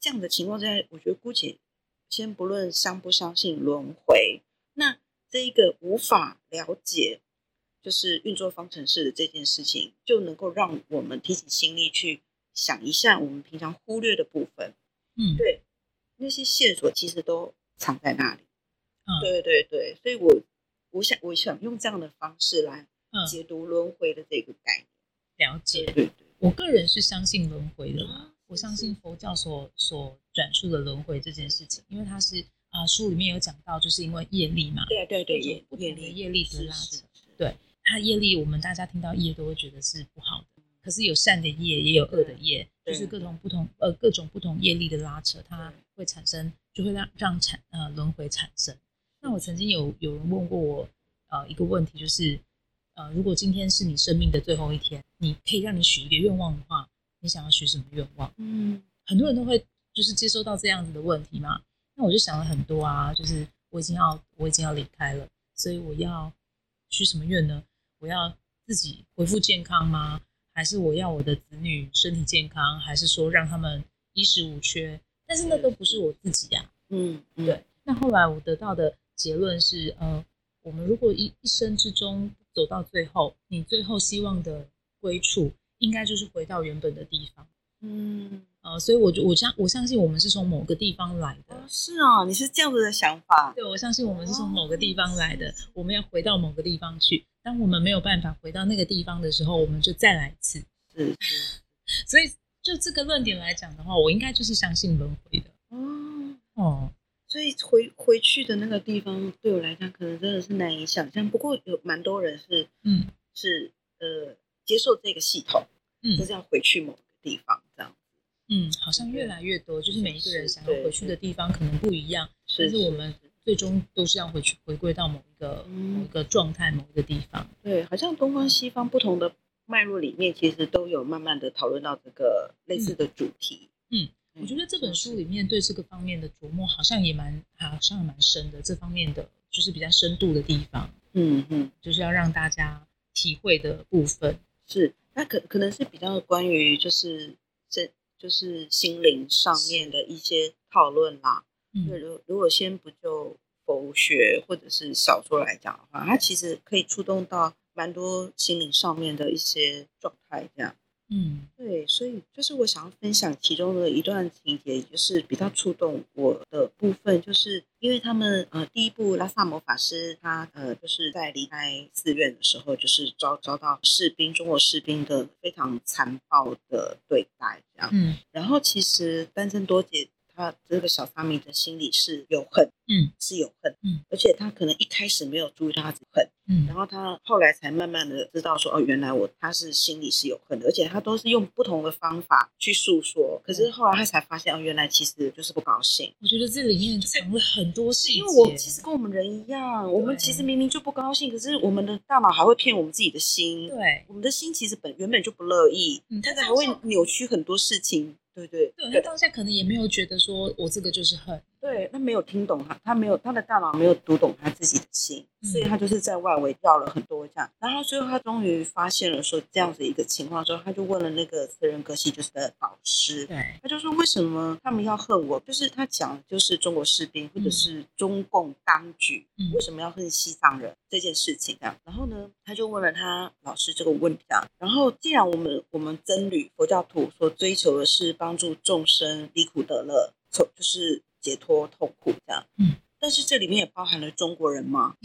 Speaker 2: 这样的情况之下，我觉得姑且先不论相不相信轮回，那这一个无法了解就是运作方程式的这件事情，就能够让我们提起心力去想一下我们平常忽略的部分。
Speaker 1: 嗯
Speaker 2: 对，那些线索其实都藏在那里。
Speaker 1: 嗯
Speaker 2: 对对对，所以我我想我想用这样的方式来
Speaker 1: 嗯，
Speaker 2: 解读轮回的这个概念。
Speaker 1: 了解。
Speaker 2: 对对，
Speaker 1: 我个人是相信轮回的啦
Speaker 2: 啊，
Speaker 1: 我
Speaker 2: 是
Speaker 1: 相
Speaker 2: 是
Speaker 1: 信佛教所所转述的轮回这件事情，因为它是啊、呃书里面有讲到，就是因为业力嘛，
Speaker 2: 对啊对对，
Speaker 1: 各种
Speaker 2: 业
Speaker 1: 不
Speaker 2: 业
Speaker 1: 同的
Speaker 2: 力
Speaker 1: 业力的
Speaker 2: 是
Speaker 1: 拉
Speaker 2: 是
Speaker 1: 扯。它业力，我们大家听到业都会觉得是不好的，可是有善的业，也有恶的业，
Speaker 2: 对
Speaker 1: 就是各种不同呃各种不同业力的拉扯，它
Speaker 2: 对
Speaker 1: 会产生，就会让让产呃轮回产生。那我曾经有有人问过我呃一个问题，就是呃如果今天是你生命的最后一天，你可以让你许一个愿望的话，你想要许什么愿望？
Speaker 2: 嗯
Speaker 1: 很多人都会就是接收到这样子的问题嘛。那我就想了很多啊，就是我已经要我已经要离开了，所以我要许什么愿呢？我要自己恢复健康吗？还是我要我的子女身体健康？还是说让他们衣食无缺？但是那都不是我自己呀、
Speaker 2: 嗯嗯，
Speaker 1: 对，那后来我得到的结论是，呃，我们如果一一生之中走到最后，你最后希望的归处，应该就是回到原本的地方。
Speaker 2: 嗯
Speaker 1: 呃，所以我就我相我相信我们是从某个地方来
Speaker 2: 哦
Speaker 1: 的，
Speaker 2: 是哦，你是这样子的想法，
Speaker 1: 对我相信我们是从某个地方来的，我们要回到某个地方去。当我们没有办法回到那个地方的时候，我们就再来一次。
Speaker 2: 是是
Speaker 1: 所以就这个论点来讲的话，我应该就是相信轮回的。
Speaker 2: 哦。
Speaker 1: 哦，
Speaker 2: 所以回回去的那个地方，对我来讲，可能真的是难以想象。不过有蛮多人是
Speaker 1: 嗯
Speaker 2: 是呃接受这个系统，
Speaker 1: 嗯
Speaker 2: 就是要回去某个地方这样。
Speaker 1: 嗯，好像越来越多，就是每一个人想要
Speaker 2: 对
Speaker 1: 回去的地方可能不一样，但是我们最终都是要回去回归到某一个
Speaker 2: 嗯
Speaker 1: 某一个状态、某一个地方。
Speaker 2: 对，好像东方西方不同的脉络里面，其实都有慢慢的讨论到这个类似的主题。
Speaker 1: 嗯，我觉得这本书里面对这个方面的琢磨好像也蛮好像也蛮深的，这方面的就是比较深度的地方，
Speaker 2: 嗯嗯
Speaker 1: 就是要让大家体会的部分。
Speaker 2: 是，那可可能是比较关于就是这就是心灵上面的一些讨论啦。对，
Speaker 1: 嗯
Speaker 2: 如如果先不就佛学或者是小说来讲的话，它其实可以触动到蛮多心灵上面的一些状态，这样。
Speaker 1: 嗯
Speaker 2: 对，所以就是我想要分享其中的一段情节，也就是比较触动我的部分，就是因为他们呃，第一部拉萨摩法师他呃，就是在离开寺院的时候，就是遭遭到士兵中国士兵的非常残暴的对待，这样。
Speaker 1: 嗯
Speaker 2: 然后其实丹增多姐她这个小沙弥的心里是有恨，
Speaker 1: 嗯，
Speaker 2: 是有恨，
Speaker 1: 嗯，
Speaker 2: 而且她可能一开始没有注意到她自己恨，然
Speaker 1: 嗯
Speaker 2: 后她后来才慢慢的知道说，哦，原来我她是心里是有恨的，而且她都是用不同的方法去诉说，可是后来她才发现，哦，原来其实就是不高兴。
Speaker 1: 我觉得这里面藏了很多细节。
Speaker 2: 因为我其实跟我们人一样，我们其实明明就不高兴，可是我们的大脑还会骗我们自己的心。，
Speaker 1: 对，
Speaker 2: 我们的心其实本原本就不乐意，
Speaker 1: 嗯
Speaker 2: 但是
Speaker 1: 他
Speaker 2: 还会
Speaker 1: 当下
Speaker 2: 扭曲很多事情，对不对？
Speaker 1: 对他当下可能也没有觉得说我这个就是恨，
Speaker 2: 对，他没有听懂他，他没有他的大脑没有读懂他自己的心，
Speaker 1: 嗯
Speaker 2: 所以他就是在外围绕了很多这样。然后最后他终于发现了说这样子一个情况之后，他就问了那个私人歌戏就是的导师，
Speaker 1: 对，
Speaker 2: 他就说为什么他们要恨我？就是他讲的就是中国士兵或者
Speaker 1: 嗯
Speaker 2: 是中共当局、
Speaker 1: 嗯
Speaker 2: 为什么要恨西藏人这件事情这样。然后呢，他就问了他老师这个问题啊。然后既然我们我们僧侣佛教徒所追求的是帮助众生离苦得乐，从就是解脱痛苦这样。
Speaker 1: 嗯，
Speaker 2: 但是这里面也包含了中国人吗？ *laughs*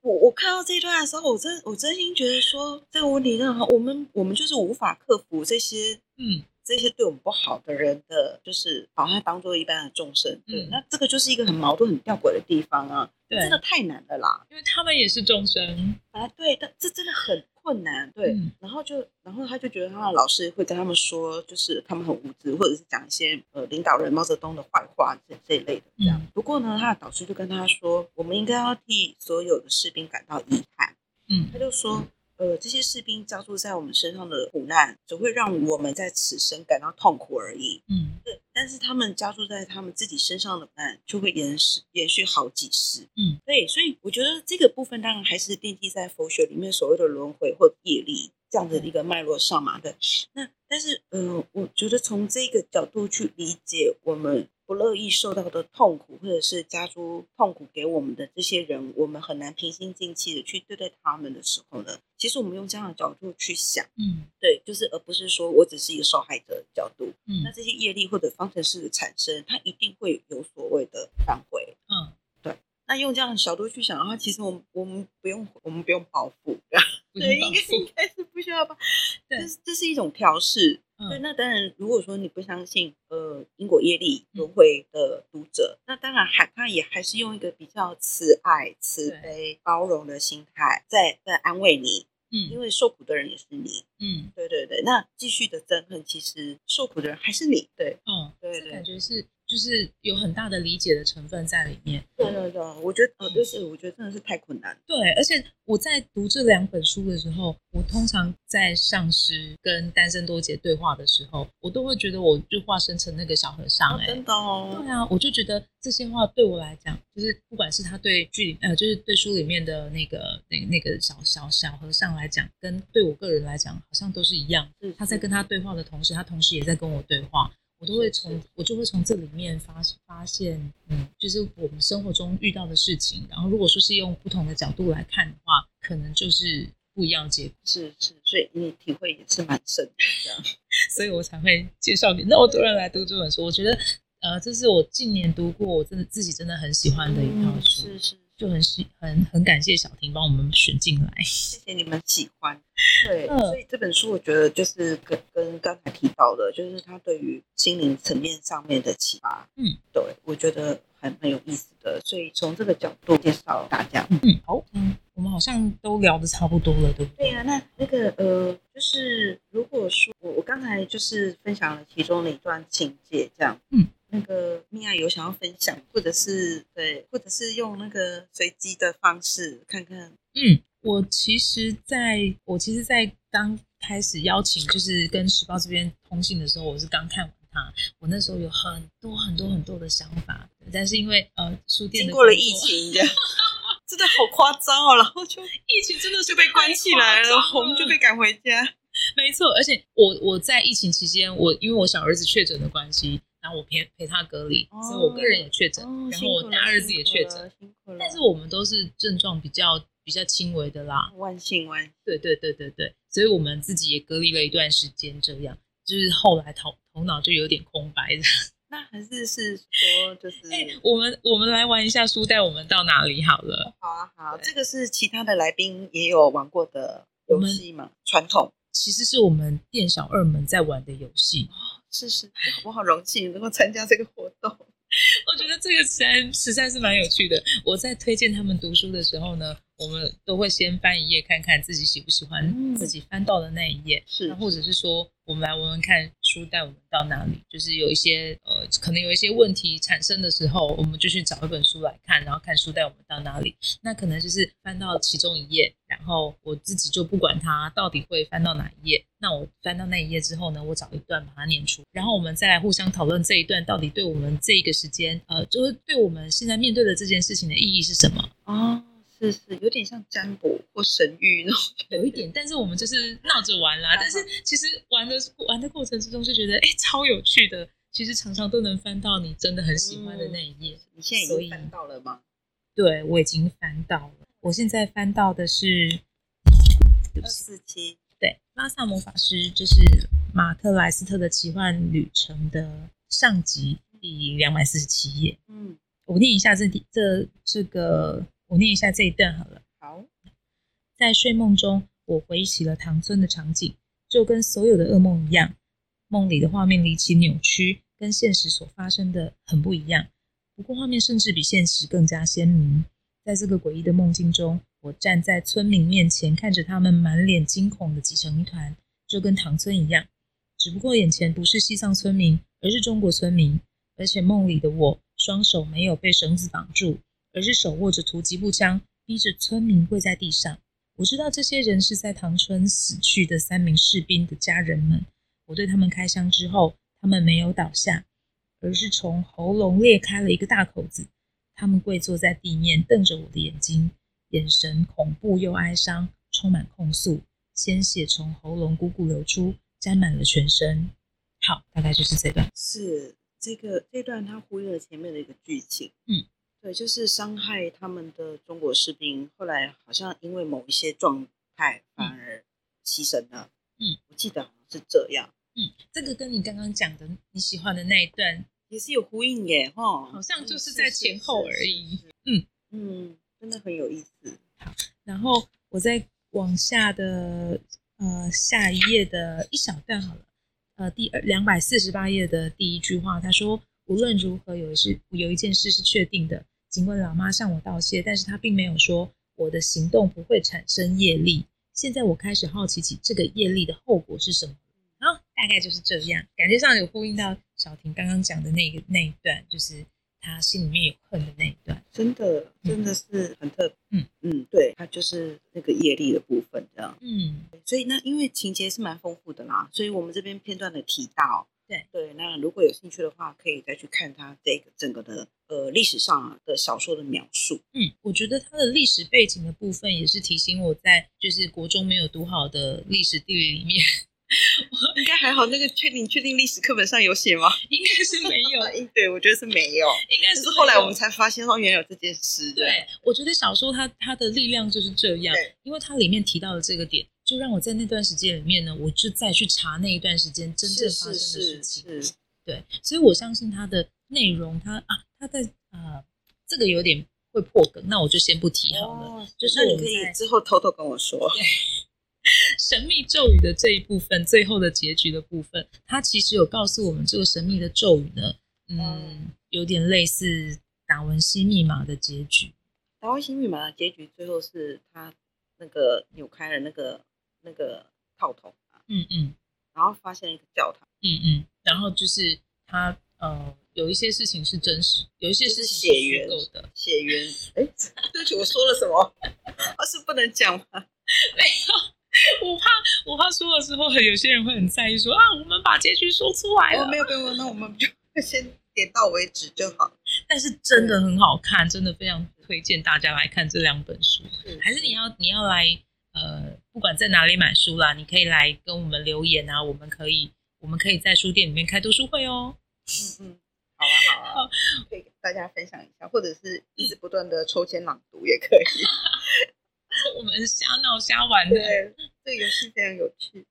Speaker 2: 我我看到这一段的时候，我真我真心觉得说这个问题真的好，我们我们就是无法克服这些
Speaker 1: 嗯
Speaker 2: 这些对我们不好的人的，就是把他当做一般的众生。对，
Speaker 1: 嗯
Speaker 2: 那这个就是一个很矛盾、很吊诡的地方啊，
Speaker 1: 对，
Speaker 2: 真的太难了啦。
Speaker 1: 因为他们也是众生，
Speaker 2: 啊，对，但这真的很困难。对，
Speaker 1: 嗯
Speaker 2: 然后就，然后他就觉得他的老师会跟他们说，就是他们很无知，或者是讲一些呃领导人毛泽东的坏话这这一类的这样。
Speaker 1: 嗯
Speaker 2: 不过呢，他的导师就跟他说，我们应该要替所有的士兵感到遗憾。
Speaker 1: 嗯
Speaker 2: 他就说，呃，这些士兵加注在我们身上的苦难，只会让我们在此生感到痛苦而已。
Speaker 1: 嗯
Speaker 2: 对，但是他们加注在他们自己身上的苦难，就会延续延续好几世。
Speaker 1: 嗯，
Speaker 2: 对，所以我觉得这个部分当然还是奠基在佛学里面所谓的轮回或业力这样的一个脉络上嘛。对，那但是呃，我觉得从这个角度去理解我们。不乐意受到的痛苦，或者是加诸痛苦给我们的这些人，我们很难平心静气的去对待他们的时候呢，其实我们用这样的角度去想，
Speaker 1: 嗯
Speaker 2: 对，就是而不是说我只是一个受害者的角度，
Speaker 1: 嗯
Speaker 2: 那这些业力或者方程式的产生，它一定会有所谓的反悔。 *laughs*
Speaker 1: 嗯，
Speaker 2: 那用这样的角度去想的话，其实我们我们不用我们不用报复， *laughs*
Speaker 1: 不
Speaker 2: 对，
Speaker 1: 是报
Speaker 2: 应该
Speaker 1: 复
Speaker 2: 应该是不需要报，
Speaker 1: 对
Speaker 2: 这是这是一种调试，
Speaker 1: 嗯
Speaker 2: 对，那当然，如果说你不相信呃因果业力
Speaker 1: 嗯
Speaker 2: 轮回的读者，那当然还他也还是用一个比较慈爱、慈
Speaker 1: 对
Speaker 2: 悲、包容的心态在在安慰你，因
Speaker 1: 嗯
Speaker 2: 为受苦的人也是你。
Speaker 1: 嗯
Speaker 2: 对对对，那继续的憎恨，其实受苦的人还是你。对
Speaker 1: 嗯，
Speaker 2: 对
Speaker 1: 这
Speaker 2: 对
Speaker 1: 感觉是就是有很大的理解的成分在里面。
Speaker 2: 对对对，我觉得呃，就是我觉得真的是太困难了。
Speaker 1: 对，而且我在读这两本书的时候，我通常在上师跟单身多姐对话的时候，我都会觉得我就化身成那个小和尚、
Speaker 2: 哦
Speaker 1: 欸，
Speaker 2: 真的哦
Speaker 1: 对，啊，我就觉得这些话对我来讲，就是不管是他对剧里呃，就是对书里面的那个那那个小小小和尚来讲，跟对我个人来讲，好像都是一样。
Speaker 2: 欸是
Speaker 1: 他在跟他对话的同时，他同时也在跟我对话。我都会
Speaker 2: 是
Speaker 1: 从我就会从这里面发发现，嗯，就是我们生活中遇到的事情，然后如果说是用不同的角度来看的话，可能就是不一样的结果， *laughs*
Speaker 2: 是是，所以你体会也是蛮深的，这样。
Speaker 1: 所以我才会介绍给那么多人来读这本书。我觉得，呃，这是我近年读过，我真的自己真的很喜欢的一套
Speaker 2: 嗯
Speaker 1: 书。
Speaker 2: 是是，
Speaker 1: 就很喜很很感谢小婷帮我们选进来。
Speaker 2: 谢谢你们喜欢。对，
Speaker 1: 嗯
Speaker 2: 所以这本书我觉得就是跟跟刚才提到的，就是他对于心灵层面上面的启发。
Speaker 1: 嗯，
Speaker 2: 对，我觉得很很有意思的，所以从这个角度介绍大家。
Speaker 1: 嗯，好，嗯，我们好像都聊的差不多了，对不对？
Speaker 2: 对呀、啊那那个呃，就是如果说我我刚才就是分享了其中的一段情节，这样，
Speaker 1: 嗯，
Speaker 2: 那个米娅有想要分享，或者是对，或者是用那个随机的方式看看，
Speaker 1: 嗯，我其实在我其实，在刚开始邀请就是跟时报这边通信的时候，我是刚看完它，我那时候有很多很多很多的想法，但是因为呃书店
Speaker 2: 经
Speaker 1: 的
Speaker 2: 过了
Speaker 1: 工作
Speaker 2: 疫，情这样。真的好夸张哦，然后
Speaker 1: *laughs*
Speaker 2: 就
Speaker 1: 疫情真的是
Speaker 2: 就被关起来
Speaker 1: 太夸张
Speaker 2: 了
Speaker 1: 了，，
Speaker 2: 我们就被赶回家。
Speaker 1: 没错，而且我我在疫情期间，我因为我小儿子确诊的关系，然后我陪陪他隔离，
Speaker 2: 哦
Speaker 1: 所以我个人也确诊， *laughs* 然后我大儿子也确诊，，
Speaker 2: 辛苦了，
Speaker 1: 但是我们都是症状比较比较轻微的啦。
Speaker 2: 万幸万幸，
Speaker 1: 对对对对对，所以我们自己也隔离了一段时间，这样就是后来头头脑就有点空白 *laughs* 的。
Speaker 2: 那还是是说就是
Speaker 1: 哎、我们我们来玩一下书带我们到哪里好了？
Speaker 2: 好啊好，
Speaker 1: 对
Speaker 2: 这个是其他的来宾也有玩过的游戏嘛，传统
Speaker 1: 其实是我们店小二们在玩的游戏， *laughs*
Speaker 2: 是是，我好荣幸能够参加这个活动。
Speaker 1: 我觉得这个实在实在是蛮有趣的。我在推荐他们读书的时候呢，我们都会先翻一页看看自己喜不喜欢
Speaker 2: 嗯
Speaker 1: 自己翻到的那一页，
Speaker 2: 是
Speaker 1: 那或者是说，我们来闻闻看书带我们到哪里，就是有一些呃，可能有一些问题产生的时候，我们就去找一本书来看，然后看书带我们到哪里。那可能就是翻到其中一页，然后我自己就不管它到底会翻到哪一页。那我翻到那一页之后呢，我找一段把它念出，然后我们再来互相讨论这一段到底对我们这一个时间，呃，就是对我们现在面对的这件事情的意义是什么？
Speaker 2: 哦，是是，有点像占卜或神谕那种感觉，
Speaker 1: 有一点，但是我们就是闹着玩啦。但是其实玩的玩的过程之中就觉得，哎、超有趣的。其实常常都能翻到你真的很喜欢的那一页。
Speaker 2: 你现在已
Speaker 1: 所
Speaker 2: 经
Speaker 1: 以
Speaker 2: 翻到了吗？
Speaker 1: 对我已经翻到了，我现在翻到的是
Speaker 2: 二四七，
Speaker 1: 对拉萨魔法师，就是马特莱斯特的奇幻旅程的上集第两百四十七页。
Speaker 2: 嗯，
Speaker 1: 我念一下这这这个，我念一下这一段好了。
Speaker 2: 好，
Speaker 1: 在睡梦中，我回忆起了唐村的场景，就跟所有的噩梦一样，梦里的画面离奇扭曲，跟现实所发生的很不一样。不过画面甚至比现实更加鲜明。在这个诡异的梦境中，我站在村民面前，看着他们满脸惊恐的挤成一团，就跟唐村一样，只不过眼前不是西藏村民，而是中国村民。而且梦里的我，双手没有被绳子绑住，而是手握着突击步枪，逼着村民跪在地上。我知道这些人是在唐村死去的三名士兵的家人们。我对他们开枪之后，他们没有倒下，而是从喉咙裂开了一个大口子。他们跪坐在地面，瞪着我的眼睛，眼神恐怖又哀伤，充满控诉。鲜血从喉咙汩汩流出，沾满了全身。好，大概就是这段。
Speaker 2: 是这个这段他呼应了前面的一个剧情，
Speaker 1: 嗯，
Speaker 2: 对，就是伤害他们的中国士兵，后来好像因为某一些状态反而牺牲了，
Speaker 1: 嗯，
Speaker 2: 我记得好像是这样，
Speaker 1: 嗯，这个跟你刚刚讲的你喜欢的那一段，
Speaker 2: 也是有呼应耶，哈，
Speaker 1: 好像嗯就是在前后而已
Speaker 2: 是，
Speaker 1: 嗯
Speaker 2: 是嗯，真的很有意思，
Speaker 1: 然后我再往下的呃下一页的一小段好了。呃第二两百四十八页的第一句话，他说：“无论如何，有一事有一件事是确定的，尽管老妈向我道谢，但是她并没有说我的行动不会产生业力。现在我开始好奇起这个业力的后果是什么。”然后大概就是这样，感觉上有呼应到小婷刚刚讲的那个那一段，就是她心里面有恨的那一段。
Speaker 2: 真的真的是很特别，
Speaker 1: 嗯
Speaker 2: 嗯，对，它就是那个业力的部分这样。
Speaker 1: 嗯，
Speaker 2: 所以那因为情节是蛮丰富的啦，所以我们这边片段的提到，
Speaker 1: 对
Speaker 2: 对，那如果有兴趣的话，可以再去看它这个整个的呃历史上的小说的描述。
Speaker 1: 嗯，我觉得它的历史背景的部分也是提醒我在就是国中没有读好的历史地理里面，
Speaker 2: 应该还好，那个确定确定历史课本上有写吗？
Speaker 1: 应该是没 *laughs*
Speaker 2: *laughs*
Speaker 1: 有，
Speaker 2: 应对，我觉得是没有。
Speaker 1: 应该
Speaker 2: 但
Speaker 1: 是
Speaker 2: 是
Speaker 1: 没有
Speaker 2: 后来我们才发现哦，原来有这件事。
Speaker 1: 对，我觉得小说它它的力量就是这样
Speaker 2: 对，
Speaker 1: 因为它里面提到了这个点，就让我在那段时间里面呢，我就再去查那一段时间真正发
Speaker 2: 是
Speaker 1: 生
Speaker 2: 是
Speaker 1: 的事
Speaker 2: 是
Speaker 1: 情。
Speaker 2: 是，
Speaker 1: 对，所以我相信它的内容，它啊，它在呃，这个有点会破梗，那我就先不提好了。
Speaker 2: 哦，
Speaker 1: 就是
Speaker 2: 那
Speaker 1: 我
Speaker 2: 你
Speaker 1: 们
Speaker 2: 可以
Speaker 1: 在
Speaker 2: 之后偷偷跟我说。
Speaker 1: 神秘咒语的这一部分，最后的结局的部分，它其实有告诉我们这个神秘的咒语呢，嗯
Speaker 2: 嗯，
Speaker 1: 有点类似达文西密码的结局。
Speaker 2: 达文西密码的结局最后是他那个扭开了那个那个套筒啊，
Speaker 1: 嗯嗯
Speaker 2: 然后发现了一个教堂，
Speaker 1: 嗯嗯，然后就是它呃，有一些事情是真实，有一些事情是
Speaker 2: 就是血缘
Speaker 1: 虚构的。 *laughs*
Speaker 2: 血缘。哎，对不起，我说了什么？啊，是不能讲吗？
Speaker 1: 我怕我怕说了之后，有些人会很在意说啊，我们把结局说出来
Speaker 2: 哦，
Speaker 1: 了
Speaker 2: 没。有没有，那我们就 *laughs* 先点到为止就好。
Speaker 1: 但是真的很好看，真的非常推荐大家来看这两本书。还是你要你要来呃，不管在哪里买书啦，你可以来跟我们留言啊，我们可以我们可以在书店里面开读书会哦。 *laughs*
Speaker 2: 嗯嗯，好啊好啊，可以给大家分享一下，或者是一直不断的抽签朗读也可以。
Speaker 1: 我们瞎闹瞎玩的。
Speaker 2: 对，这个游戏非常有趣。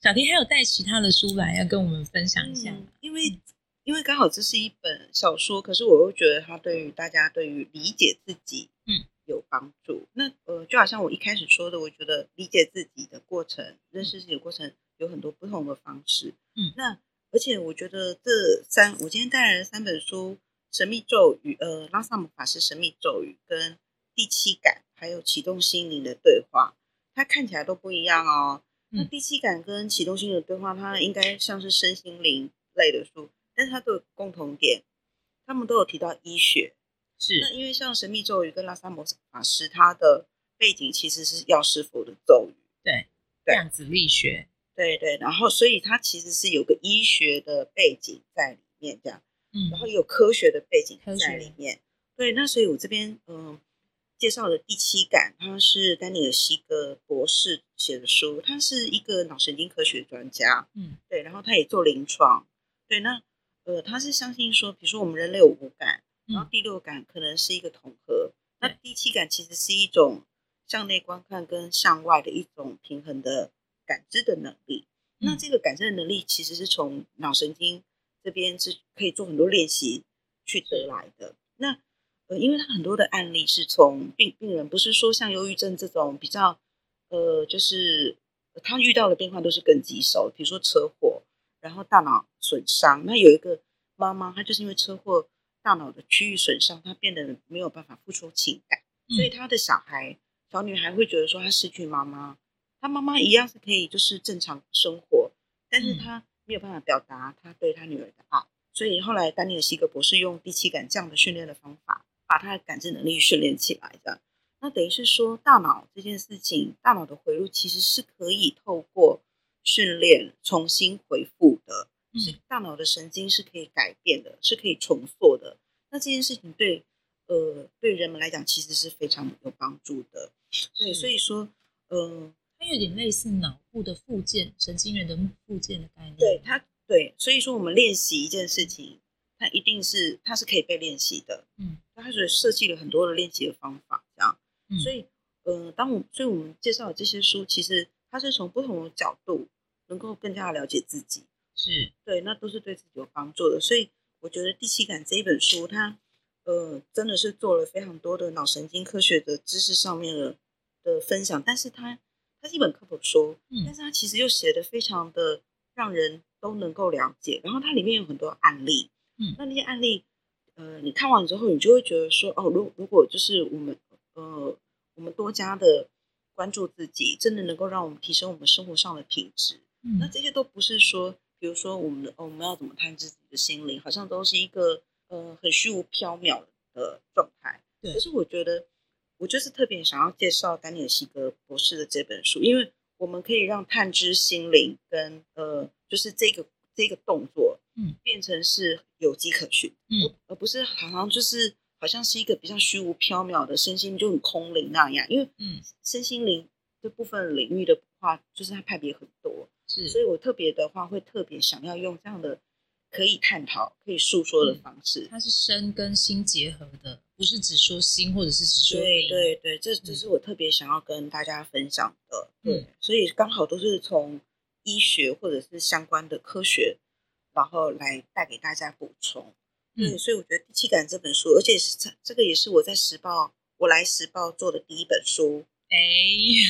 Speaker 1: 小婷还有带其他的书来要跟我们分享一下吗。
Speaker 2: 嗯、因为因为刚好这是一本小说，可是我又觉得它对于大家对于理解自己，
Speaker 1: 嗯，
Speaker 2: 有帮助。那呃，就好像我一开始说的，我觉得理解自己的过程、认识自己的过程有很多不同的方式，
Speaker 1: 嗯
Speaker 2: 那而且我觉得这三，我今天带来的三本书，《神秘咒语》呃，拉萨姆法师《神秘咒语》跟《第七感》，还有《启动心灵的对话》，它看起来都不一样哦。那
Speaker 1: 嗯
Speaker 2: 第七感跟启动心灵的对话，它应该像是身心灵类的书，但是它都有共同点，他们都有提到医学。那
Speaker 1: 是，
Speaker 2: 因为像《神秘咒语》跟《拉萨姆法师》，它的背景其实是药师佛的咒语，对
Speaker 1: 量子力学。
Speaker 2: 对对，然后所以它其实是有个医学的背景在里面这样。
Speaker 1: 嗯
Speaker 2: 然后也有科学的背景
Speaker 1: 科
Speaker 2: 在
Speaker 1: 学
Speaker 2: 里面。对，那所以我这边嗯、呃介绍的第七感，他是丹尼尔西格博士写的书，他是一个脑神经科学专家，
Speaker 1: 嗯，
Speaker 2: 对，然后他也做临床，对，那呃他是相信说，比如说我们人类有五感，然
Speaker 1: 嗯
Speaker 2: 后第六感可能是一个统合，那
Speaker 1: 对
Speaker 2: 第七感其实是一种向内观看跟向外的一种平衡的感知的能力。那
Speaker 1: 嗯
Speaker 2: 这个感知的能力其实是从脑神经这边是可以做很多练习去得来的。那呃，因为它很多的案例是从病病人，不是说像忧郁症这种比较呃，就是他遇到的变化都是更棘手，比如说车祸，然后大脑损伤。那有一个妈妈，她就是因为车祸大脑的区域损伤，她变得没有办法付出情感，
Speaker 1: 嗯
Speaker 2: 所以她的小孩小女孩会觉得说她失去妈妈，她妈妈一样是可以就是正常生活，但是
Speaker 1: 嗯
Speaker 2: 她没有办法表达她对她女儿的爱。所以后来丹尼尔西格博士用第七感这样的训练的方法，把他的感知能力训练起来的。那等于是说，大脑这件事情，大脑的回路其实是可以透过训练重新回复的，是
Speaker 1: 嗯
Speaker 2: 大脑的神经是可以改变的，是可以重塑的。那这件事情对呃对人们来讲，其实是非常有帮助的。对，
Speaker 1: 是嗯
Speaker 2: 所以说，呃，
Speaker 1: 它有点类似脑部的附件，神经元的附件的概念。
Speaker 2: 对它对，所以说我们练习一件事情，它一定是它是可以被练习的。
Speaker 1: 嗯，
Speaker 2: 他所以设计了很多的练习的方法，这样。
Speaker 1: 嗯
Speaker 2: 所以，呃，当我所以我们介绍的这些书，其实它是从不同的角度，能够更加了解自己。
Speaker 1: 是，
Speaker 2: 对，那都是对自己有帮助的。所以，我觉得《第七感》这一本书，它呃真的是做了非常多的脑神经科学的知识上面的的分享，但是它它是一本科普书，但
Speaker 1: 嗯
Speaker 2: 是它其实又写的非常的让人都能够了解。然后它里面有很多案例，
Speaker 1: 嗯
Speaker 2: 那那些案例，呃，你看完之后，你就会觉得说，哦，如如果就是我们，呃，我们多加的关注自己，真的能够让我们提升我们生活上的品质。
Speaker 1: 嗯
Speaker 2: 那这些都不是说，比如说我们的、哦、我们要怎么探知自己的心灵，好像都是一个呃很虚无缥缈的状态。
Speaker 1: 对
Speaker 2: 可是我觉得我就是特别想要介绍丹尼尔希格博士的这本书，因为我们可以让探知心灵跟呃就是这个这个动作，
Speaker 1: 嗯，
Speaker 2: 变成是有迹可循，
Speaker 1: 嗯，
Speaker 2: 而不是好像就是好像是一个比较虚无缥缈的身心就很空灵那样，因为
Speaker 1: 嗯
Speaker 2: 身心灵这部分领域的话，就是它派别很多。所
Speaker 1: 是
Speaker 2: 以我特别的话，会特别想要用这样的可以探讨、可以诉说
Speaker 1: 嗯
Speaker 2: 的方式。
Speaker 1: 它是身跟心结合的，不是只说心或者是只说
Speaker 2: 对
Speaker 1: 灵
Speaker 2: 对对，这这是我特别想要跟大家分享的。对，
Speaker 1: 嗯
Speaker 2: 所以刚好都是从医学或者是相关的科学，然后来带给大家补充。
Speaker 1: 嗯
Speaker 2: 对，所以我觉得《第七感》这本书，而且是这这个也是我在时报我来时报做的第一本书。
Speaker 1: 哎，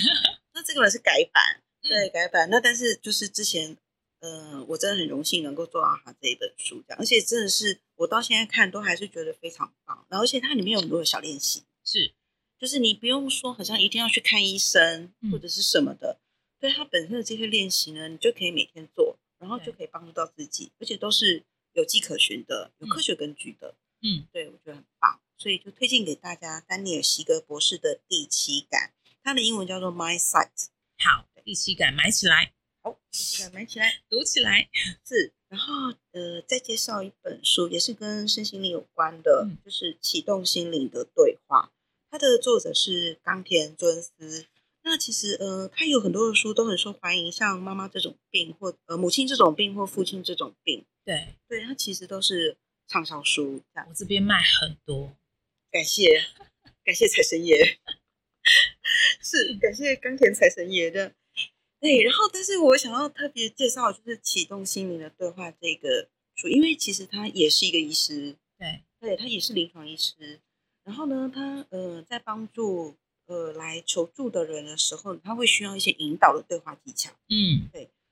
Speaker 1: *laughs*
Speaker 2: 那这个本是改版，
Speaker 1: 嗯
Speaker 2: 对，改版。那但是就是之前，呃，我真的很荣幸能够做到他这一本书，这样，而且真的是我到现在看都还是觉得非常棒。然后，而且它里面有很多的小练习，
Speaker 1: 是
Speaker 2: 就是你不用说好像一定要去看医生
Speaker 1: 嗯
Speaker 2: 或者是什么的，对它本身的这些练习呢，你就可以每天做，然后
Speaker 1: 对
Speaker 2: 就可以帮助到自己，而且都是有迹可循的，有
Speaker 1: 嗯
Speaker 2: 科学根据的。
Speaker 1: 嗯，
Speaker 2: 对，我觉得很棒，所以就推荐给大家丹尼尔·席格博士的《第七感》，它的英文叫做《My Sight》。
Speaker 1: 好，第七感买起来，
Speaker 2: 好，来买起来
Speaker 1: 读起来，
Speaker 2: 是，然后呃，再介绍一本书，也是跟身心灵有关的，
Speaker 1: 嗯
Speaker 2: 就是《启动心灵的对话》，它的作者是冈田尊司。那其实呃，他有很多的书都很受欢迎，像妈妈这种病，或呃母亲这种病，或父亲这种病，
Speaker 1: 对
Speaker 2: 对，它其实都是畅销书。这样
Speaker 1: 我这边卖很多，
Speaker 2: 感谢，感谢财神爷， *laughs* 是感谢钢铁财神爷的。对，然后但是我想要特别介绍就是《启动心灵的对话》这个书，因为其实他也是一个医师，
Speaker 1: 对，
Speaker 2: 对他也是临床医师。然后呢，他呃在帮助呃来求助的人的时候，他会需要一些引导的对话技巧。
Speaker 1: 嗯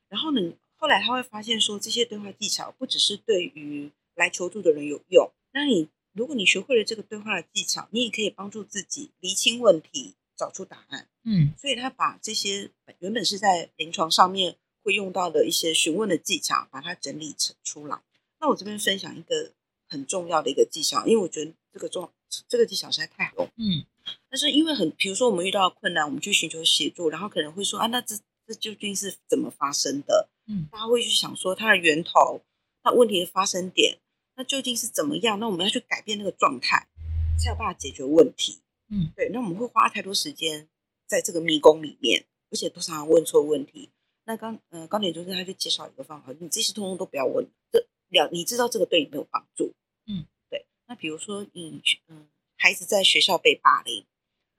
Speaker 2: 然后呢，后来他会发现说，这些对话技巧不只是对于来求助的人有用，那你如果你学会了这个对话的技巧，你也可以帮助自己厘清问题，找出答案。
Speaker 1: 嗯
Speaker 2: 所以他把这些原本是在临床上面会用到的一些询问的技巧，把它整理成出来。那我这边分享一个很重要的一个技巧，因为我觉得这个重这个技巧实在太好用。
Speaker 1: 嗯
Speaker 2: 但是因为很，比如说我们遇到困难，我们去寻求协助，然后可能会说啊，那这这究竟是怎么发生的？
Speaker 1: 嗯，
Speaker 2: 大家会去想说它的源头，那问题的发生点，那究竟是怎么样？那我们要去改变那个状态，才有办法解决问题。
Speaker 1: 嗯，
Speaker 2: 对，那我们会花太多时间在这个迷宫里面，而且都常常问错问题。那刚呃钢铁中心他就介绍一个方法，你这些通通都不要问，这了你知道这个对你没有帮助。
Speaker 1: 嗯，
Speaker 2: 对。那比如说你去嗯孩子在学校被霸凌，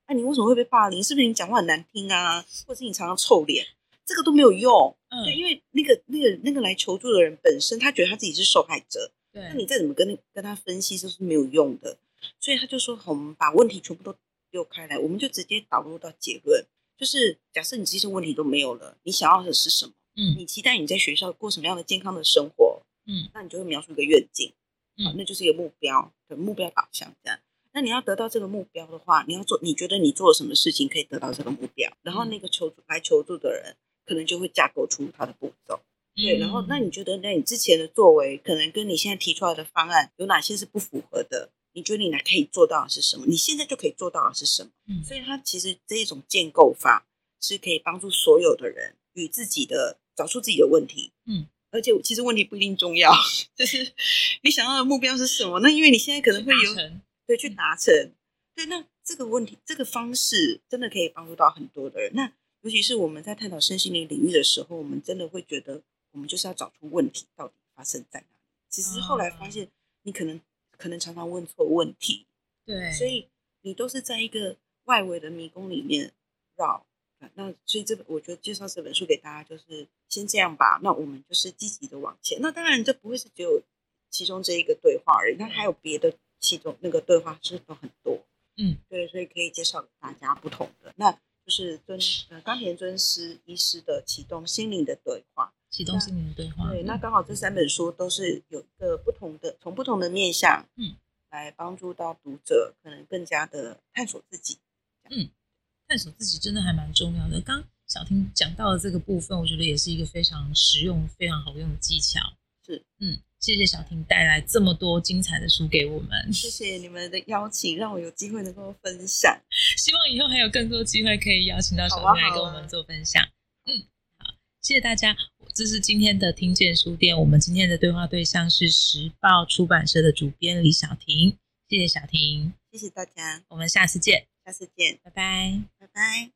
Speaker 2: 那、你为什么会被霸凌？是不是你讲话很难听啊，或者是你常常臭脸？这个都没有用，
Speaker 1: 嗯，
Speaker 2: 对，因为那个那个那个来求助的人本身，他觉得他自己是受害者，那
Speaker 1: 对，
Speaker 2: 你
Speaker 1: 嗯
Speaker 2: 再怎么跟跟他分析，这是没有用的。所以他就说，好我们把问题全部都丢开来，我们就直接导入到结论，就是假设你这些问题都没有了，你想要的是什么？
Speaker 1: 嗯
Speaker 2: 你期待你在学校过什么样的健康的生活？
Speaker 1: 嗯，
Speaker 2: 那你就会描述一个愿景，
Speaker 1: 嗯
Speaker 2: 好那就是一个目标，对目标导向这样。那你要得到这个目标的话，你要做，你觉得你做了什么事情可以得到这个目标？然
Speaker 1: 嗯
Speaker 2: 后那个求助来求助的人，可能就会架构出他的步骤。对，然后
Speaker 1: 嗯
Speaker 2: 那你觉得，那你之前的作为，可能跟你现在提出来的方案有哪些是不符合的？你觉得你哪可以做到的是什么？你现在就可以做到的是什么？
Speaker 1: 嗯
Speaker 2: 所以它其实这一种建构法是可以帮助所有的人与自己的找出自己的问题。
Speaker 1: 嗯，
Speaker 2: 而且其实问题不一定重要， *laughs* 就是你想要的目标是什么？那因为你现在可能会
Speaker 1: 达
Speaker 2: 有
Speaker 1: 成
Speaker 2: 对去达成，对，那这个问题这个方式真的可以帮助到很多的人。那尤其是我们在探讨身心灵领域的时候，我们真的会觉得我们就是要找出问题到底发生在哪里。其实后来发现，你可能可能常常问错问题，
Speaker 1: 对，
Speaker 2: 所以你都是在一个外围的迷宫里面绕。啊那所以这本我觉得介绍这本书给大家，就是先这样吧。那我们就是积极的往前。那当然，这不会是只有其中这一个对话而已，那还有别的其中那个对话是有很多。
Speaker 1: 嗯，
Speaker 2: 对，所以可以介绍给大家不同的。那就是尊呃冈田尊师医师的启动心灵的对话，
Speaker 1: 启动心灵的对话。嗯
Speaker 2: 对，那刚好这三本书都是有一个不同的，从不同的面向，
Speaker 1: 嗯，
Speaker 2: 来帮助到读者，可能更加的探索自己。
Speaker 1: 探索自己真的还蛮重要的。刚小婷讲到的这个部分，我觉得也是一个非常实用、非常好用的技巧。
Speaker 2: 是，
Speaker 1: 嗯，谢谢小婷带来这么多精彩的书给我们，
Speaker 2: 谢谢你们的邀请，让我有机会能够分享。
Speaker 1: 希望以后还有更多机会可以邀请到小
Speaker 2: 好啊
Speaker 1: 婷来
Speaker 2: 好啊
Speaker 1: 跟我们做分享。嗯，好，谢谢大家。这是今天的听见书店，我们今天的对话对象是时报出版社的主编李小婷。谢谢小婷，
Speaker 2: 谢谢大家，
Speaker 1: 我们下次见，
Speaker 2: 下次见，
Speaker 1: 拜拜。
Speaker 2: 拜拜。